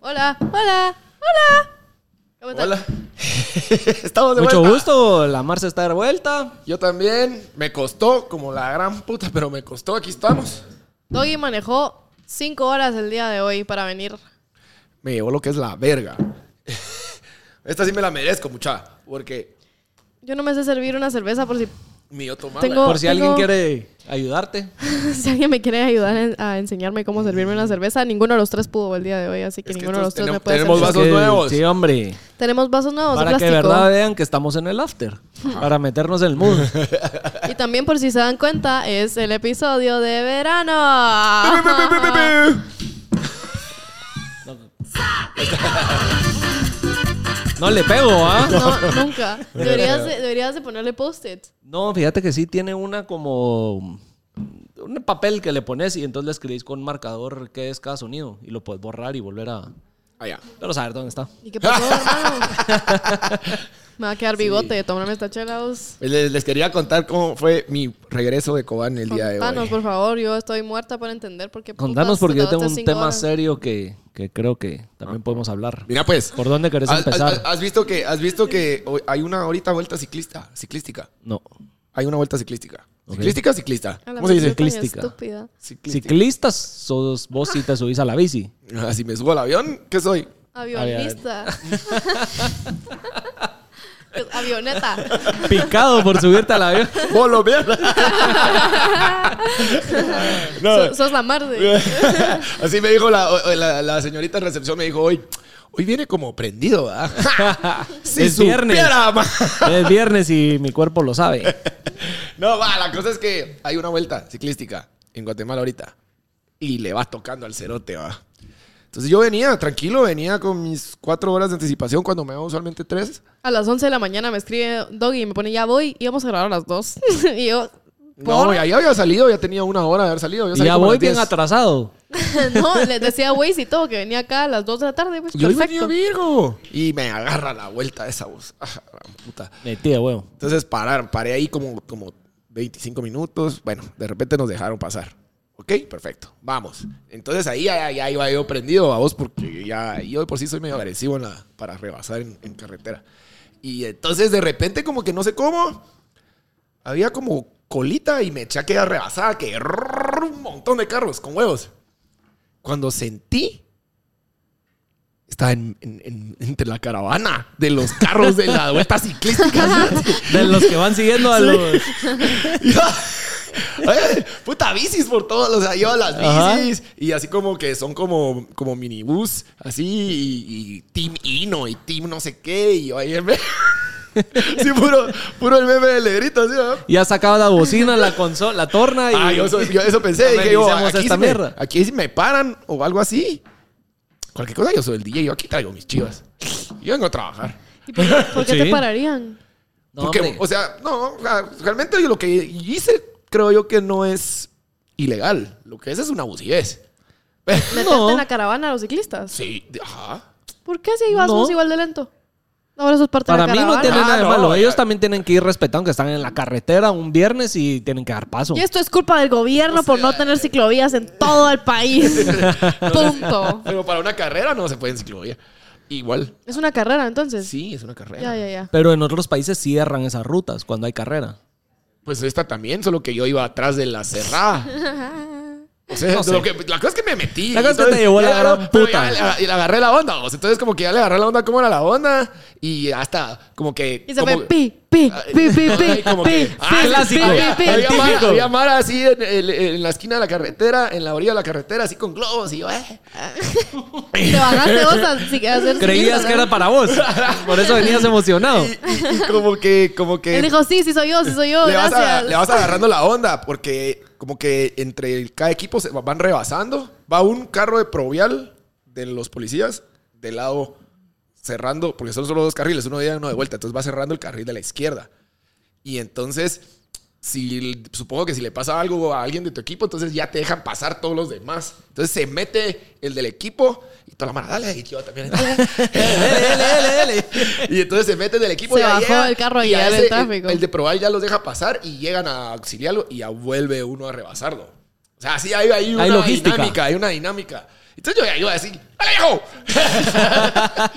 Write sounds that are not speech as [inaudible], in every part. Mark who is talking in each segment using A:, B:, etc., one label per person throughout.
A: Hola, hola, hola. ¿Cómo estás?
B: Hola. [laughs] Estamos de
C: Mucho
B: vuelta.
C: gusto, la Marcia está de vuelta.
B: Yo también. Me costó como la gran puta, pero me costó. Aquí estamos.
A: Doggy manejó cinco horas el día de hoy para venir.
B: Me llevó lo que es la verga. [laughs] Esta sí me la merezco, mucha. Porque
A: Yo no me sé servir una cerveza por si, [laughs]
B: me dio tomada.
A: Tengo-
C: Por si alguien
A: Oh, tengo-
C: quiere ayudarte.
A: si alguien me quiere ayudar en- a enseñarme cómo servirme una cerveza. Ninguno de los tres pudo el día de hoy, así que
B: Es que
A: ninguno de los tres
B: estos
A: me puede
B: tenemos
A: servir.
B: vasos nuevos.
C: Sí, hombre.
A: Tenemos vasos nuevos
C: Para
A: de
C: que de
A: plástico.
C: verdad vean que estamos en el after. Para meternos en el mood.
A: Y también, por si se dan cuenta, es el episodio de verano.
C: No le pego, ¿ah?
A: no, nunca. Deberías de, deberías de ponerle post-it.
C: No, fíjate que sí tiene una como. Un papel que le pones y entonces le escribís con marcador que es cada sonido y lo puedes borrar y volver a.
B: Allá.
C: Pero saber dónde está.
A: ¿Y qué pasó, hermano? Me va a quedar bigote de tomarme esta chela. us.
B: Les, les quería contar cómo fue mi regreso de Cobán el día de
A: Contanos,
B: hoy.
A: por favor. Yo estoy muerta por entender por qué.
C: Contanos
A: putas
C: porque yo
A: tardaste
C: tengo un
A: cinco
C: tema
A: horas.
C: serio que, que creo que
B: Ah.
C: también podemos hablar.
B: Mira, pues.
C: ¿Por dónde querés
B: ¿Has,
C: empezar?
B: has- has visto que, has visto que hoy hay una ahorita vuelta ciclista, ciclística.
C: No.
B: Hay una vuelta ciclística.
C: Ok.
B: ¿Ciclística o ciclista?
A: A la
C: ¿Cómo se dice?
A: mierda, tan
C: Clística.
A: Estúpida.
B: Ciclística.
C: Ciclistas, sos vos si te subís a la bici.
B: Ah, Si me subo al avión, ¿qué soy?
A: Avionista. [laughs]
C: [laughs]
A: Avioneta.
C: Picado por subirte a la bici.
B: ¡Bolo, mierda!
A: So- sos la marde.
B: [laughs] Así me dijo la, o- la- la señorita en recepción, me dijo hoy, hoy viene como prendido,
C: [laughs]
B: ¿verdad? si
C: Es viernes.
B: supiera, ma.
C: Es viernes y mi cuerpo lo sabe.
B: No, va, la cosa es que hay una vuelta ciclística en Guatemala ahorita y le vas tocando al cerote, va. Entonces yo venía tranquilo, venía con mis cuatro horas de anticipación cuando me hago usualmente tres.
A: A las 11 de la mañana me escribe Doggy y me pone, ya voy. Y vamos a grabar a las 2. [laughs] y yo...
B: No,
A: ¿por?
B: ya, ya había salido, ya tenía una hora de haber salido. Yo
C: Y
B: salí
C: ya
B: como a
C: voy
B: las
C: bien
B: 10.
C: atrasado.
A: no, les decía Waze y todo, que venía acá a las 2 de la tarde. Pues,
B: Yo hoy venía
A: perfecto.
B: Virgo. Y me agarra la vuelta esa voz. Ah, la puta.
C: Metí de huevo.
B: Entonces parar, paré ahí como, como 25 minutos. Bueno, de repente nos dejaron pasar. Ok, perfecto. Vamos. Entonces ahí ya, ya iba yo prendido a vos porque ya yo de por sí soy medio agresivo en la- para rebasar en, en carretera. Y entonces de repente como que no sé cómo, había como colita y me eché a quedar rebasada que rrrr, un montón de carros con huevos. Cuando sentí estaba en- en- en- entre la caravana de los carros de la vuelta ciclística.
C: De los que van siguiendo a los.
B: Yo- [laughs] Oye, puta bicis por todos, o sea, yo las
C: Ajá.
B: bicis y así como que son como, como minibús, así y, y team Ino y team no sé qué y yo ahí el meme. [laughs] Sí, puro, puro el meme del negrito, así, ¿verdad?
C: Ya sacaba la bocina, la consola, la torna y.
B: Ah, yo, eso- yo eso pensé, dije yo,
C: Amenicemos
B: aquí,
C: esta
B: si me,
C: mierda.
B: aquí si me paran o algo así. Cualquier cosa, yo soy el DJ, yo aquí traigo mis chivas. Yo vengo a trabajar.
A: ¿Y por qué, por qué te
C: Sí.
A: pararían?
C: No,
B: Porque,
C: hombre.
B: o sea, no, o sea, realmente lo que hice creo yo que no es ilegal. Lo que es es una bucidez.
A: ¿Meterte en la caravana a los ciclistas?
B: Sí, de- ajá.
A: ¿Por qué si ibas
C: No.
A: vos igual de lento? Ahora sos parte
C: Para
A: de la
C: mí no
A: caravana.
C: tiene nada de
B: Ah, no,
C: malo.
B: ya.
C: Ellos también tienen que ir respetando que están en la carretera un viernes y tienen que dar paso.
A: Y esto es culpa del gobierno por no tener ciclovías en todo el
C: [laughs]
A: país. Punto.
B: Pero para una carrera no se puede en ciclovía. Igual.
A: Es una carrera, entonces.
B: Sí, es una carrera.
A: Ya, ya, ya.
C: Pero en otros países cierran esas rutas cuando hay carrera.
B: Pues esta también, solo que yo iba atrás de la
C: [laughs]
B: cerrada. O sea,
C: No sé.
B: lo que- la cosa es que me metí.
C: La cosa es que
B: Entonces,
C: te llevó la
B: ya,
C: gran
B: pero
C: puta.
B: ya le- Y le agarré la onda. o sea, entonces, como que ya le agarré la onda, como era la onda. Y hasta como que.
A: Y se
B: como-
A: fue pi, pi, pi, pi,
B: Ay,
A: pi,
B: como
A: pi,
B: que-
A: pi,
B: ah,
A: pi,
C: clásico.
A: pi,
B: Había-
A: pi, pi.
B: había,
C: típico.
B: mara, había mara así en, el- en la esquina de la carretera, en la orilla de la carretera, así con globos. Y yo, eh.
A: Te bajaste vos a, si- a hacer
C: Creías
A: ciclista,
C: que
A: ¿no?
C: era para vos. Por eso venías emocionado.
B: Y, y- y como que, como que.
A: Él dijo, sí, sí soy yo, sí soy yo,
B: le, vas a-
A: gracias.
B: le vas agarrando la onda, porque como que entre el- cada equipo se van rebasando. Va un carro de provial de los policías del lado cerrando, porque son solo dos carriles, uno de ida y uno de vuelta. Entonces va cerrando el carril de la izquierda. Y entonces, si, supongo que si le pasa algo a alguien de tu equipo, entonces ya te dejan pasar todos los demás. Entonces se mete el del equipo y toda la mara, dale, y yo también. dale.
A: [laughs]
B: y entonces se mete el del equipo.
A: Se
B: y ya
A: bajó
B: llega,
A: del carro y
B: ya
A: ya del
B: ese-
A: tráfico.
B: El de probar ya los deja pasar y llegan a auxiliarlo y ya vuelve uno a rebasarlo. O sea, sí hay, hay una
C: logística.
B: dinámica, hay una dinámica. Entonces yo iba así, ¡Dale,
C: [laughs]
B: viejo!
A: ¡Dale!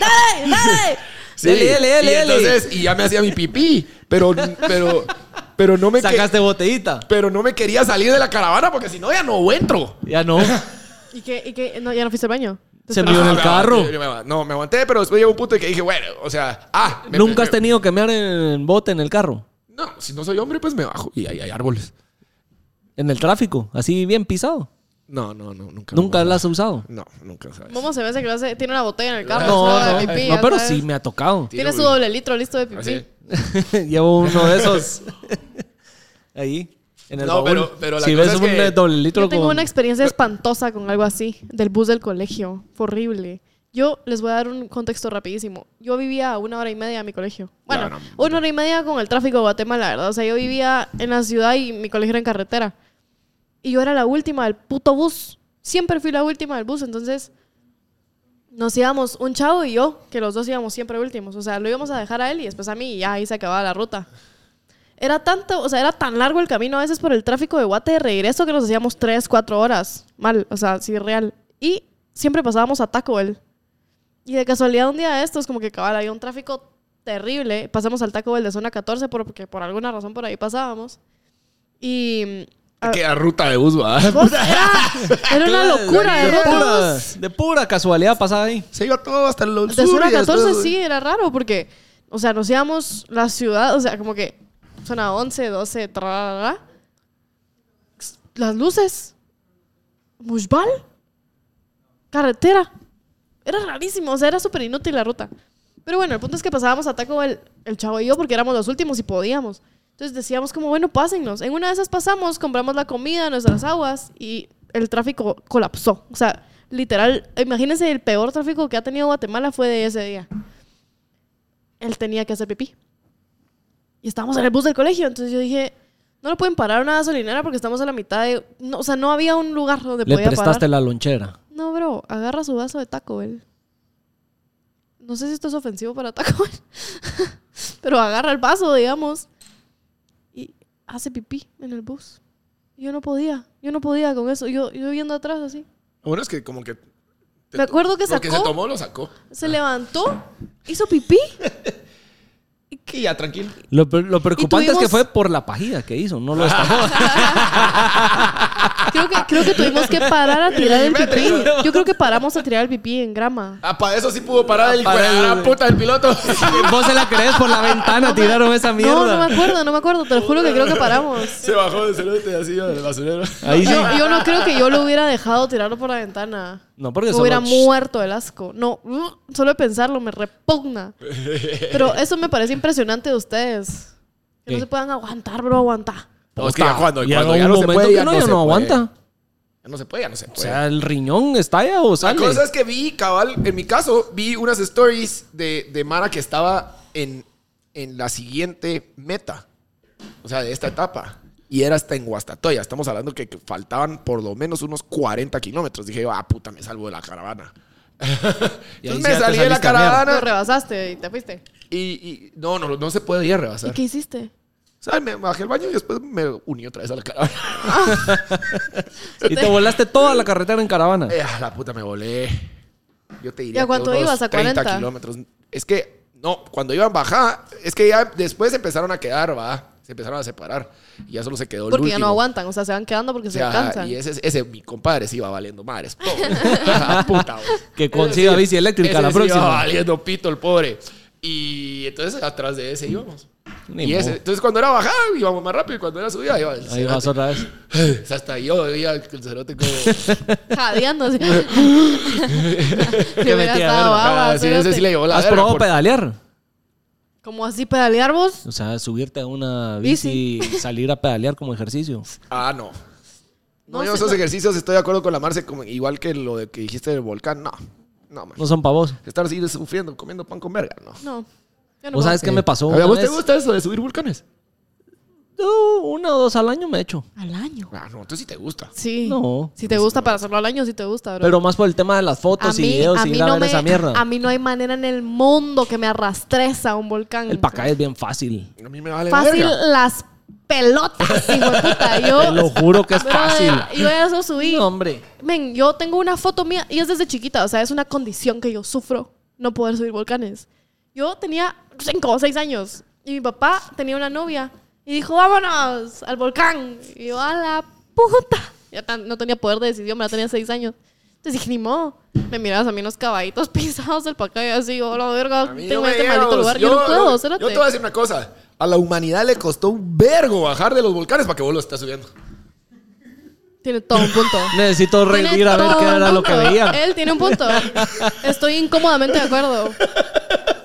A: ¡Dale! [laughs]
B: Sí.
C: Dele, dele, dele,
B: y
C: dele.
B: entonces, y ya me hacía mi pipí, pero, pero, pero no me que-
C: Sacaste botellita.
B: pero no me quería salir de la caravana porque si no ya no entro.
C: Ya no.
A: ¿Y qué? ¿Y qué? No, ¿Ya no fuiste al baño? Te
C: Se
B: No,
A: esperaste.
C: rió en el
B: me-
C: carro.
B: yo- yo me- no, me aguanté, pero después llegó un punto en que dije, bueno, o sea, ah, me-
C: Nunca has
B: me-
C: tenido que mear en bote en el carro.
B: No, si no soy hombre, pues me bajo y ahí hay árboles.
C: En el tráfico, así bien pisado.
B: No, no, no, nunca.
C: Nunca las has usado.
B: No, nunca. ¿sabes?
A: Momo se ve que lo hace- tiene una botella en el carro.
C: No,
A: solo
C: no,
A: de pipí,
C: no,
A: ya
C: pero
A: sabes.
C: sí me ha tocado.
A: Tiene su doble litro listo de pipí.
B: Así.
C: [laughs] Llevo uno
B: [laughs]
C: de esos ahí en el
B: No,
C: baúl.
B: pero- pero la
C: si
B: cosa
C: ves
B: es
C: un
B: que-
C: doble litro
A: Yo tengo
C: con-
A: una experiencia espantosa con algo así, del bus del colegio. Fue horrible. Yo les voy a dar un contexto rapidísimo. Yo vivía a una hora y media de mi colegio. Bueno,
B: Claro.
A: una hora y media con el tráfico de Guatemala, la ¿verdad? O sea, yo vivía en la ciudad y mi colegio era en carretera. Y yo era la última del puto bus. Siempre fui la última del bus, entonces nos íbamos un chavo y yo, que los dos íbamos siempre últimos. O sea, lo íbamos a dejar a él y después a mí y ya ahí se acababa la ruta. Era tanto, o sea, era tan largo el camino a veces por el tráfico de Guate de regreso que nos hacíamos tres, cuatro horas. Mal, o sea, sí, real. Y siempre pasábamos a Taco Bell. Y de casualidad un día de estos, como que cabal, había un tráfico terrible. Pasamos al Taco Bell de zona 14 porque por alguna razón por ahí pasábamos. Y... mm, a-
B: Que la ruta de bus, va.
A: Vos, era, era una locura ¿eh? de
C: de pura,
A: rutas.
C: de pura casualidad pasada ahí.
B: Se iba todo hasta el
A: De zona 14 sí era raro porque, o sea, nos íbamos la ciudad, o sea, como que zona 11, 12, tra, tra, tra. las luces, Mushbal, carretera. Era rarísimo, o sea, era súper inútil la ruta. Pero bueno, el punto es que pasábamos a Taco Bell, el chavo y yo, porque éramos los últimos y podíamos. Entonces decíamos como, bueno, pásennos. En una de esas pasamos, compramos la comida, nuestras aguas y el tráfico colapsó. O sea, literal, imagínense el peor tráfico que ha tenido Guatemala fue de ese día. Él tenía que hacer pipí. Y estábamos en el bus del colegio, entonces yo dije, no lo pueden parar a una gasolinera porque estamos a la mitad de... no, o sea, no había un lugar donde
C: Le
A: podía parar.
C: prestaste la lonchera.
A: No, bro, agarra su vaso de Taco Bell. No sé si esto es ofensivo para Taco Bell, [laughs] pero agarra el vaso, digamos, y hace pipí en el bus. Yo no podía, yo no podía con eso. Yo, yo viendo atrás así.
B: Bueno, es que como que. te-
A: Me acuerdo que
B: Lo que se
A: sacó.
B: tomó lo sacó.
A: Se levantó, hizo pipí.
B: Y ya, tranquilo.
C: Lo, pre- lo preocupante es que
A: tuvimos-
C: fue por la pajida que
B: [laughs]
C: hizo, no lo estafó.
B: Ah.
A: Creo que, creo que tuvimos que parar a tirar el
B: Vete,
A: pipí.
B: yo-
A: Yo creo que paramos a tirar el pipí en grama.
B: Ah, para eso sí pudo parar el
C: para el-
B: la puta
A: [laughs]
B: del piloto.
C: [laughs] Vos se la crees por la ventana, tiraron esa Ah, mierda.
A: No, no me acuerdo, no me acuerdo. Te lo juro que creo que paramos.
B: se bajó del celote así del basurero.
C: Ahí sí.
A: Yo, yo no creo que yo lo hubiera dejado tirarlo por la ventana.
C: No, porque
A: Me hubiera
C: solo-
A: muerto el asco. No, mm, solo de pensarlo me repugna. Pero eso me parece impresionante de ustedes. Que no
C: ¿Qué?
A: se puedan aguantar, bro, aguantar.
B: No, es que ya cuando,
C: Pues Llega
B: cuando
C: un
B: ya no se
C: momento
B: puede,
C: que
B: ya
C: no,
B: no,
C: ya
B: se
C: no
B: puede.
C: aguanta.
B: Ya no se puede, ya no se
C: O
B: puede.
C: sea, el riñón estalla o
B: La
C: sale.
B: cosa es que vi, cabal, en mi caso, vi unas stories de, de Mara que estaba en, en la siguiente meta, o sea, de esta etapa. Y era hasta en Guastatoya. Estamos hablando que que faltaban por lo menos unos 40 kilómetros. Dije, ah, puta, me salvo de la caravana.
C: [laughs] Y
B: Entonces
C: ahí sí ya
B: me
C: te
B: salí de la
C: saliste a mear.
A: Lo
B: caravana
A: rebasaste y te fuiste.
B: y, y- no, no, no se podía
A: ¿Y
B: rebasar.
A: qué hiciste?
B: O sea, me bajé al baño y después me uní otra vez a la caravana.
C: Y te volaste toda la carretera en caravana.
B: Eh, ah, la puta me volé. Yo te diría.
A: ¿Y a cuánto
B: que unos
A: ibas? ¿A 40?
B: kilómetros. Es que, no, cuando iban bajada, es que ya después empezaron a quedar, va. Se empezaron a separar. Y ya solo se quedó el
A: Porque ya no
B: último.
A: aguantan, o sea, se van quedando porque
B: O
A: se
B: sea,
A: alcanzan.
B: y ese, ese, mi compadre sí iba valiendo
A: [laughs]
B: madres. [laughs] pobre. La puta, vos.
C: Que
B: Ese eh,
C: consiga
B: sí-
C: bici eléctrica
B: ese
C: la
B: sí ah, iba
C: próxima.
B: valiendo pito el pobre. Y entonces atrás de ese íbamos.
C: Ni
B: y ese,
C: modo.
B: entonces cuando era bajada íbamos más rápido y cuando era subida iba el
C: Ahí vas
B: cerote.
C: otra vez.
B: [laughs] O sea, hasta yo veía el
A: [laughs]
B: cerote como...
A: Jadeando [laughs]
B: [laughs]
A: así.
C: Que
A: que
C: metía verga.
B: Ah, [laughs] sí, ese sí le llevó la
C: ¿Has
B: verga
C: probado
B: porque-
C: pedalear?
A: Como así pedalear vos.
C: O sea, subirte a una bici y salir a pedalear como ejercicio.
B: Ah, no. No,
A: No
B: yo
A: sé,
B: esos
A: no.
B: ejercicios estoy de acuerdo con la Marce, como, igual que lo de que dijiste del volcán, no. No, man.
C: No son pavos.
B: Estar así sufriendo, comiendo pan con verga, no.
A: No. yo no
C: ¿Vos sabes
A: puedo.
C: qué me pasó?
B: A ver, ¿a
C: una
B: vos te
C: vez?
B: gusta eso de subir volcanes?
C: Yo una o dos al año me echo.
A: Al año.
B: Ah, no, entonces sí te gusta.
A: Sí.
C: No.
A: Si te gusta para hacerlo al año, si te gusta, bro.
C: Pero más por el tema de las fotos y videos y ir a ver esa mierda.
A: a mí no hay manera en el mundo que me arrastres a un volcán.
C: El pacay es bien fácil.
B: A mí me vale
A: Fácil
B: verga.
A: las pelotas, hijo de
C: [laughs]
A: puta. Yo,
C: Te lo juro que es
A: Brother,
C: fácil.
A: Yo ya eso subí.
C: No, hombre.
A: Men, yo tengo una foto mía y es desde chiquita, o sea, es una condición que yo sufro no poder subir volcanes. Yo tenía 5 o 6 años y mi papá tenía una novia y dijo, vámonos al volcán. Y yo, a la puta. Ya tan- no tenía poder de decisión, me la tenía 6 años. Entonces dije, ni modo. Me mirabas a mí los caballitos [laughs] pisados del pacá y así, yo, la verga,
B: A mí
A: tengo
B: no me
A: este maldito
B: llegas.
A: lugar. Yo, no puedo,
B: Yo
A: cérate.
B: te voy a decir una cosa. A la humanidad le costó un vergo bajar de los volcanes para que vos lo estés subiendo.
A: Tiene todo un
C: [laughs]
A: punto.
C: Necesito
A: Tiene
C: reír a ver
A: todo
C: qué
A: un
C: era lo que
A: punto.
C: veía.
A: Él tiene un
C: [laughs]
A: punto. Estoy incómodamente de acuerdo.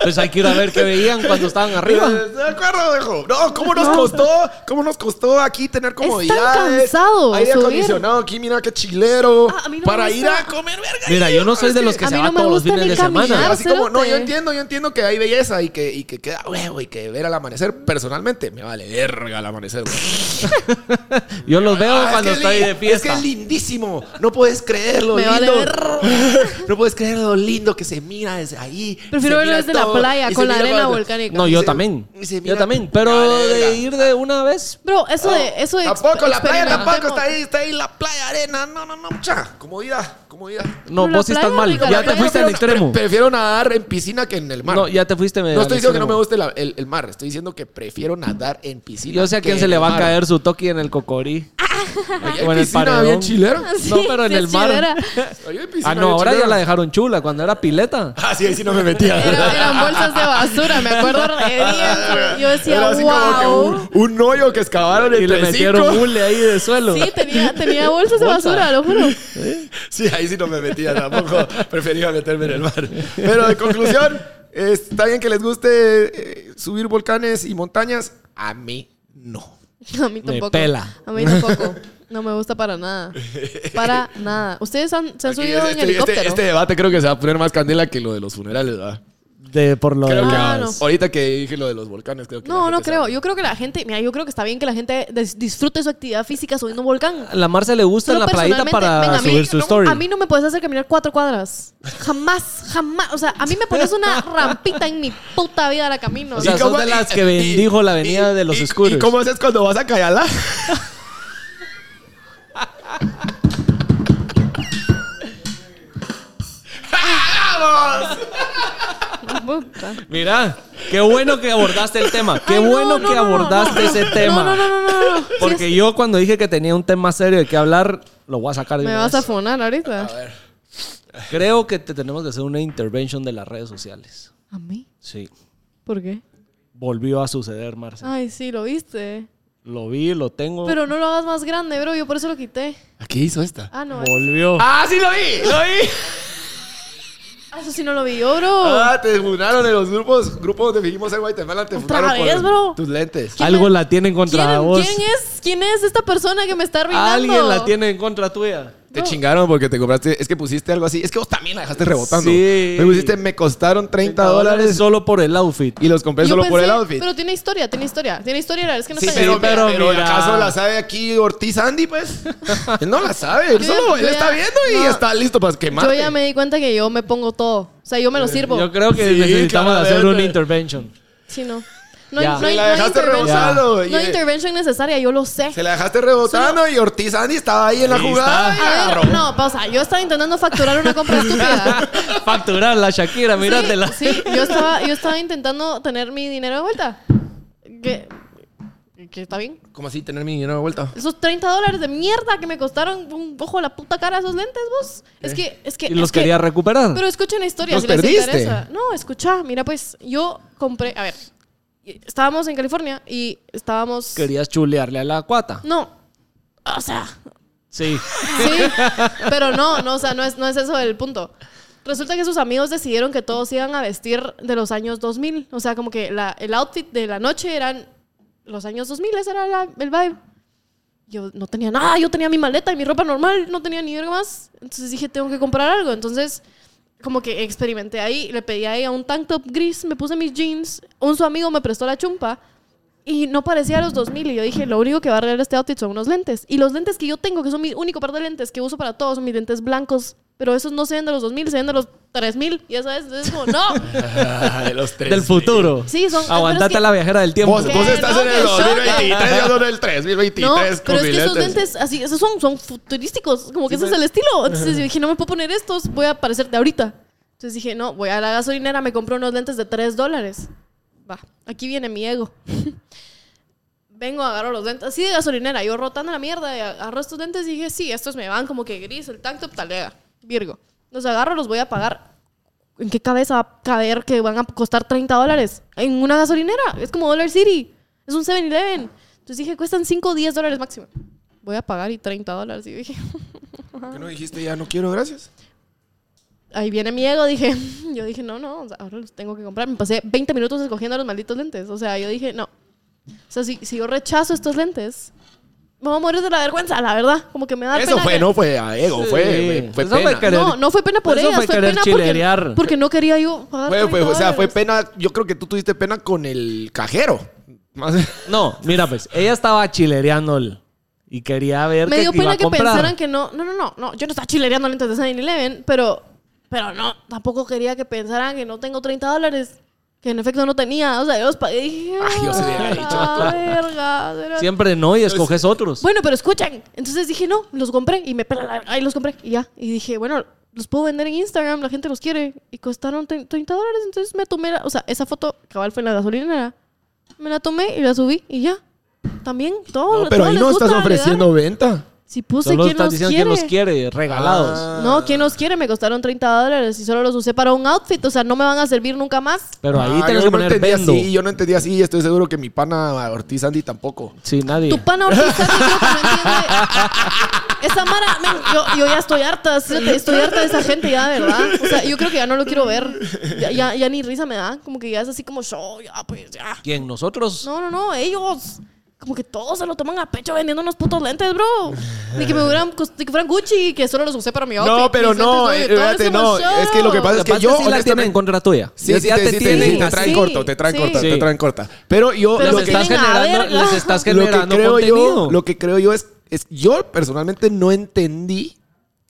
C: Pues hay que ir a ver qué veían cuando
B: [laughs]
C: estaban arriba.
B: Eh, De acuerdo, viejo. No, ¿cómo nos costó? ¿Cómo nos costó aquí tener comodidades?
A: cansado
B: Aire
A: subir.
B: acondicionado aquí, mira qué chilero.
A: Ah, a mí no me
B: para
A: gusta.
B: ir a comer verga.
C: Mira, yo no soy de los que
A: A
C: se
A: mí
C: va
A: no me
C: todos los
A: gusta
C: fines
A: ni
C: de semana.
A: caminar.
B: Así como, no,
A: cerote.
B: yo entiendo, yo entiendo que hay belleza y que, y que queda huevo y que ver al amanecer, personalmente me vale verga el amanecer.
C: [laughs]
B: güey.
C: Yo los veo
B: Ah, es
C: cuando
B: que
C: estoy
B: li-
C: de fiesta.
B: Es que es lindísimo. No puedes creerlo.
A: Me vale
B: lindo.
A: verga.
B: [laughs] no puedes creer lo lindo que se mira desde ahí.
A: Prefiero
B: Se
A: verlo
B: mira
A: desde la
B: todo,
A: playa,
B: y se
A: con la
B: mira
A: arena
B: cuando-
A: volcánica.
C: No, yo
B: Y se-
C: también.
B: y se
C: Yo
B: mira-
C: también. Pero
B: Vale, verga.
C: de ir de una vez.
A: Bro, eso de. Eso de
B: Oh, Tampoco, la playa
A: experimentar
B: tampoco. Está
A: con-
B: ahí, está ahí la playa, arena. No, no, no, mucha. Comodidad, comodidad.
C: No,
A: Pero la
C: vos sí estás
A: playa,
C: mal.
A: rica,
C: Ya
A: la
C: te
A: playa.
C: fuiste al extremo.
B: Pre- Prefiero nadar en piscina que en el mar.
C: No, ya te fuiste.
B: No estoy diciendo que no me guste la- el, el mar, estoy diciendo que prefiero nadar en piscina.
C: Yo sé a quién
B: que
C: se
B: en
C: le
B: el
C: va a
B: mar.
C: caer su toque en
A: [laughs]
C: el cocorí.
B: Ahí
C: o
B: hay
C: en el
B: piscina
C: paredón.
B: bien chilera.
A: Sí,
C: [laughs] No, pero en
A: sí,
C: el
A: sí,
C: mar.
A: Era,
B: Ahí hay piscina
C: Ah, no,
B: bien
C: ahora ya
B: chilera.
C: la dejaron chula. Cuando era pileta.
B: Ah, sí, ahí sí no me metía.
A: era- eran bolsas de basura, me acuerdo
B: [laughs]
A: re bien. Yo
B: Ah, Era
A: decía,
B: así como que
A: wow.
B: un, un hoyo que excavaron
C: Y le
B: entre
C: metieron
B: cinco.
C: mule ahí de suelo.
A: Sí, tenía, tenía bolsas de
C: Bolsa.
A: basura, lo juro. [laughs]
B: Sí, ahí sí no me metía tampoco. [laughs] Prefería meterme en el mar. Pero en conclusión, está bien que les guste eh, subir volcanes y montañas. A mí no.
A: A mí tampoco.
C: pela.
A: A mí
B: [laughs]
A: tampoco. No me gusta para nada. Para nada. Ustedes han, se han
B: Aquí
A: subido
B: este,
A: en
B: este-
A: helicóptero.
B: este debate creo que se va a poner más candela que lo de los funerales, ¿verdad?
C: De por lo
B: Creo que
A: Ah, no.
B: ahorita que dije lo de los volcanes, creo que.
A: No,
B: la
A: no
B: gente
A: creo.
B: sabe.
A: Yo creo que la gente, mira, yo creo que está bien que la gente des- disfrute su actividad física subiendo un volcán.
C: La Mar se le gusta en
A: Solo
C: la playita
A: personalmente,
C: para
A: venga, a mí
C: subir su
A: no-
C: story.
A: A mí no me puedes hacer caminar cuatro cuadras. Jamás, jamás. O sea, a mí me pones
C: [laughs]
A: una rampita en mi puta vida la camino.
C: O [laughs] sea,
B: ¿Y
C: sos
B: cómo-
C: de
B: y-
C: las que
B: y-
C: bendijo la avenida de los
B: y-
C: scooters.
B: ¿Y cómo haces cuando vas a Cayala? ¡Vamos!
A: Puta.
C: Mira, qué bueno que abordaste el tema. Qué
A: Ay, no,
C: bueno
A: no,
C: que
A: no, no,
C: abordaste
A: no.
C: ese
A: No,
C: tema.
A: No, no, no, no, no. Sí,
C: [laughs] Porque yo cuando dije que tenía un tema serio de qué hablar, lo voy a sacar
A: es-
C: de
A: me
C: una
A: vas a
C: vez.
A: fonar ahorita.
C: Creo que te tenemos que hacer una intervention de las redes sociales.
A: ¿A mí?
C: Sí.
A: ¿Por qué?
C: Volvió a suceder, Marce.
A: Ay, sí, lo viste.
C: Lo vi, lo tengo.
A: Ah. Pero no lo hagas más grande, bro. Yo por eso lo quité.
B: ¿A ¿Qué hizo esta?
A: Ah, no.
C: Volvió.
B: ¡Ah, sí lo vi! ¡Lo vi!
A: ah, Eso sí no lo vi yo, bro.
B: Ah, te funaron en los grupos, grupos donde vinimos en Guatemala, te
A: Otra
B: funaron
A: vez, bro.
B: tus lentes.
A: ¿Quién
C: [laughs] Algo
A: me-
C: la tienen
A: ¿Quién,
C: contra vos.
A: quién es? ¿Quién es esta persona que me está arruinando?
C: Alguien la tiene en contra tuya.
B: Te chingaron porque te compraste, es que pusiste algo así, es que vos también la dejaste rebotando.
C: Sí.
B: Me pusiste, me costaron 30 dólares
C: solo por el outfit.
B: y los compré
A: Yo
B: solo por
A: pensé-
B: el outfit.
A: Pero tiene historia, tiene historia. Tiene historia, la verdad es que no
C: Sí,
A: está
C: pero-
A: bien.
C: pero mira.
B: ¿acaso la sabe aquí Ortiz Andy, pues? Él no la sabe, él
A: Yo ya-
B: solo él
A: yo
B: está
A: ya-
B: viendo y
A: no.
B: está listo para quemar.
A: Yo ya me di cuenta que yo me pongo todo. O sea, yo me lo sirvo.
C: Eh, Yo creo que
B: Sí,
C: necesitamos hacer
B: claramente.
C: una intervention. [laughs]
A: Sí, no. No,
C: Ya.
A: hay- no, hay-
B: Se la
A: no hay
B: dejaste
A: intervention-
B: rebotando,
A: no hay
B: y-
A: intervention necesaria, yo lo sé.
B: Se la dejaste rebotando y Ortiz Andy estaba ahí en la
C: Ahí
B: jugada.
C: está.
B: y
A: A
B: agarró.
A: ver, no, pausa. Yo estaba intentando facturar una
C: [laughs]
A: compra estúpida.
C: Facturar la Shakira,
A: Sí,
C: míratela.
A: Sí, yo estaba, yo estaba intentando tener mi dinero de vuelta. Que, que está bien.
B: ¿Cómo así tener mi dinero de
A: [laughs]
B: vuelta?
A: Esos 30 dólares de mierda que me costaron un ojo a la puta cara esos lentes, vos. Es que, es que.
C: Eh, Y los
A: es que-
C: quería recuperar.
A: Pero escuchen la historia,
B: Los
A: si les
B: perdiste.
A: interesa. No, escucha, mira, pues yo compré. A ver, estábamos en California y estábamos.
C: Querías chulearle a la cuata.
A: No. O sea,
C: Sí.
A: sí, pero no, no, o sea, no es, no es eso el punto. Resulta que sus amigos decidieron que todos iban a vestir de los años 2000. O sea, como que la- el outfit de la noche eran los años 2000, ese era la- el vibe. Yo no tenía nada, yo tenía mi maleta y mi ropa normal, no tenía ni verga más. Entonces dije, tengo que comprar algo. Entonces, como que experimenté ahí, le pedí a ella un tank top gris, me puse mis jeans, un su amigo me prestó la chumpa y no parecía a los 2000 y yo dije, lo único que va a arreglar este outfit son unos lentes. Y los lentes que yo tengo, que son mi único par de lentes que uso para todos, son mis lentes blancos Pero esos no se ven de los 2000, se ven de los 3000. Y esa es, es como, no.
B: de los tres.
C: [laughs] Del futuro.
A: Sí, son-
C: Aguantate
A: pero es que-
C: la viajera del tiempo.
B: Vos,
A: Que
B: vos estás
A: no,
B: en
A: que
B: el
A: son-
B: 2023, yo soy en el 3023
A: No,
B: con
A: pero es que esos
B: filetes.
A: lentes, así, esos son, son futurísticos, como que
C: Sí,
A: ese
C: pues.
A: es el estilo. Entonces yo dije, no me puedo poner estos, voy a parecerte ahorita. Entonces dije, no, voy a la gasolinera, me compro unos lentes de 3 dólares. Va, aquí viene mi ego. [laughs] Vengo, agarro los lentes, así de gasolinera, yo rotando la mierda, y agarro estos lentes y dije, sí, estos me van como que gris, el tank top talega, Virgo. Los agarro, los voy a pagar. ¿En qué cabeza va a caber que van a costar 30 dólares? En una gasolinera, es como Dollar City, es un 7-Eleven. Entonces dije, cuestan 5 o 10 dólares máximo. Voy a pagar y 30 dólares. Y dije, [laughs]
B: ¿Qué no dijiste ya no quiero, gracias?
A: ahí viene mi ego, dije, [laughs] yo dije, no, no, o sea, ahora los tengo que comprar. Me pasé 20 minutos escogiendo los malditos lentes. O sea, yo dije, no. O sea, si, si yo rechazo estos lentes, me voy a morir de la vergüenza, la verdad. Como que me da
B: Eso
A: Ah, pena
B: fue,
A: que-
B: no fue a ego,
C: Sí.
B: fue, fue,
C: Eso
B: fue
C: fue
B: pena.
C: querer-
A: No, no fue pena por
C: Eso
A: ellas,
C: fue
A: fue
C: querer
A: pena
C: chilerear.
A: porque, porque no quería yo pagar
B: Fue- fue-
A: 30
B: o sea, fue
A: dólares.
B: pena. Yo creo que tú tuviste pena con el cajero. Más-
C: No, mira, pues, ella estaba chilereando el- y quería ver
A: Me
C: qué
A: dio
C: iba
A: pena
C: a
A: que
C: comprar.
A: pensaran que no, no, no, no, no, yo no estaba chilereando lentes de 7-Eleven, pero, pero no, tampoco quería que pensaran que no tengo 30 dólares, que en efecto no tenía, o sea, yo los pagué y dije,
B: [laughs] Ay, yo se hubiera
A: "Ah,
B: dicho.
A: la verga, será-
C: Siempre no y escoges otros.
A: Bueno, pero escuchen, entonces dije, no, los compré y me pela la ahí los compré y ya, y dije, bueno, los puedo vender en Instagram, la gente los quiere, y costaron tre- 30 dólares, entonces me tomé, la- o sea, esa foto cabal fue en la gasolinera, me la tomé y la subí y ya. También, todo.
B: pero
A: todo
B: ahí
A: les
B: no
A: gusta,
B: estás
A: le da.
B: ofreciendo venta.
A: Si puse
C: Solo
A: quién
C: estás
A: los
C: diciendo
A: quiere.
C: quién los quiere, regalados.
B: Ah.
A: No, quién los quiere, me costaron 30 dólares y solo los usé para un outfit, o sea, no me van a servir nunca más.
C: Pero ahí
B: Ah,
C: tienes
B: yo
C: que
B: no
C: poner
B: entendía
C: vendo.
B: así, yo no entendía así. y Estoy seguro que mi pana Ortiz Andy tampoco.
C: Sí, nadie.
A: Tu pana ahorita creo que no entiende. Esa mara, men, yo, yo ya estoy harta, sí, te- estoy harta de esa gente ya, de ¿verdad? O sea, yo creo que ya no lo quiero ver. Ya, ya, ya ni risa me da, como que ya es así como show, ya pues ya.
C: ¿Quién? ¿Nosotros?
A: No, no, no, ellos. Como que todos se lo toman a pecho vendiendo unos putos lentes, bro. Ni que me hubieran, cost- ni que fueran Gucci, que solo los usé para mi outfit.
B: No, pero
A: mis
B: no,
A: lentes,
B: eh,
A: todo
B: espérate,
A: ese
B: no.
A: show.
B: Es que lo que pasa es que
C: Aparte,
B: yo,
C: sí la tienen en
B: honestamente.
C: contra tuya.
B: Sí,
C: Ya-
B: sí,
C: ya
B: te, sí, te-
A: tienen
B: sí, te traen
A: así.
B: corto, te traen
A: Sí.
B: corto, te
C: Sí.
B: traen corta. Pero yo
A: Pero
B: lo
C: los
A: se
B: que,
C: estás
A: tienen a
C: generando,
A: verga.
C: les
A: [laughs]
C: estás
B: lo que
C: generando
B: creo yo,
C: contenido.
B: lo que creo yo es, es yo personalmente no entendí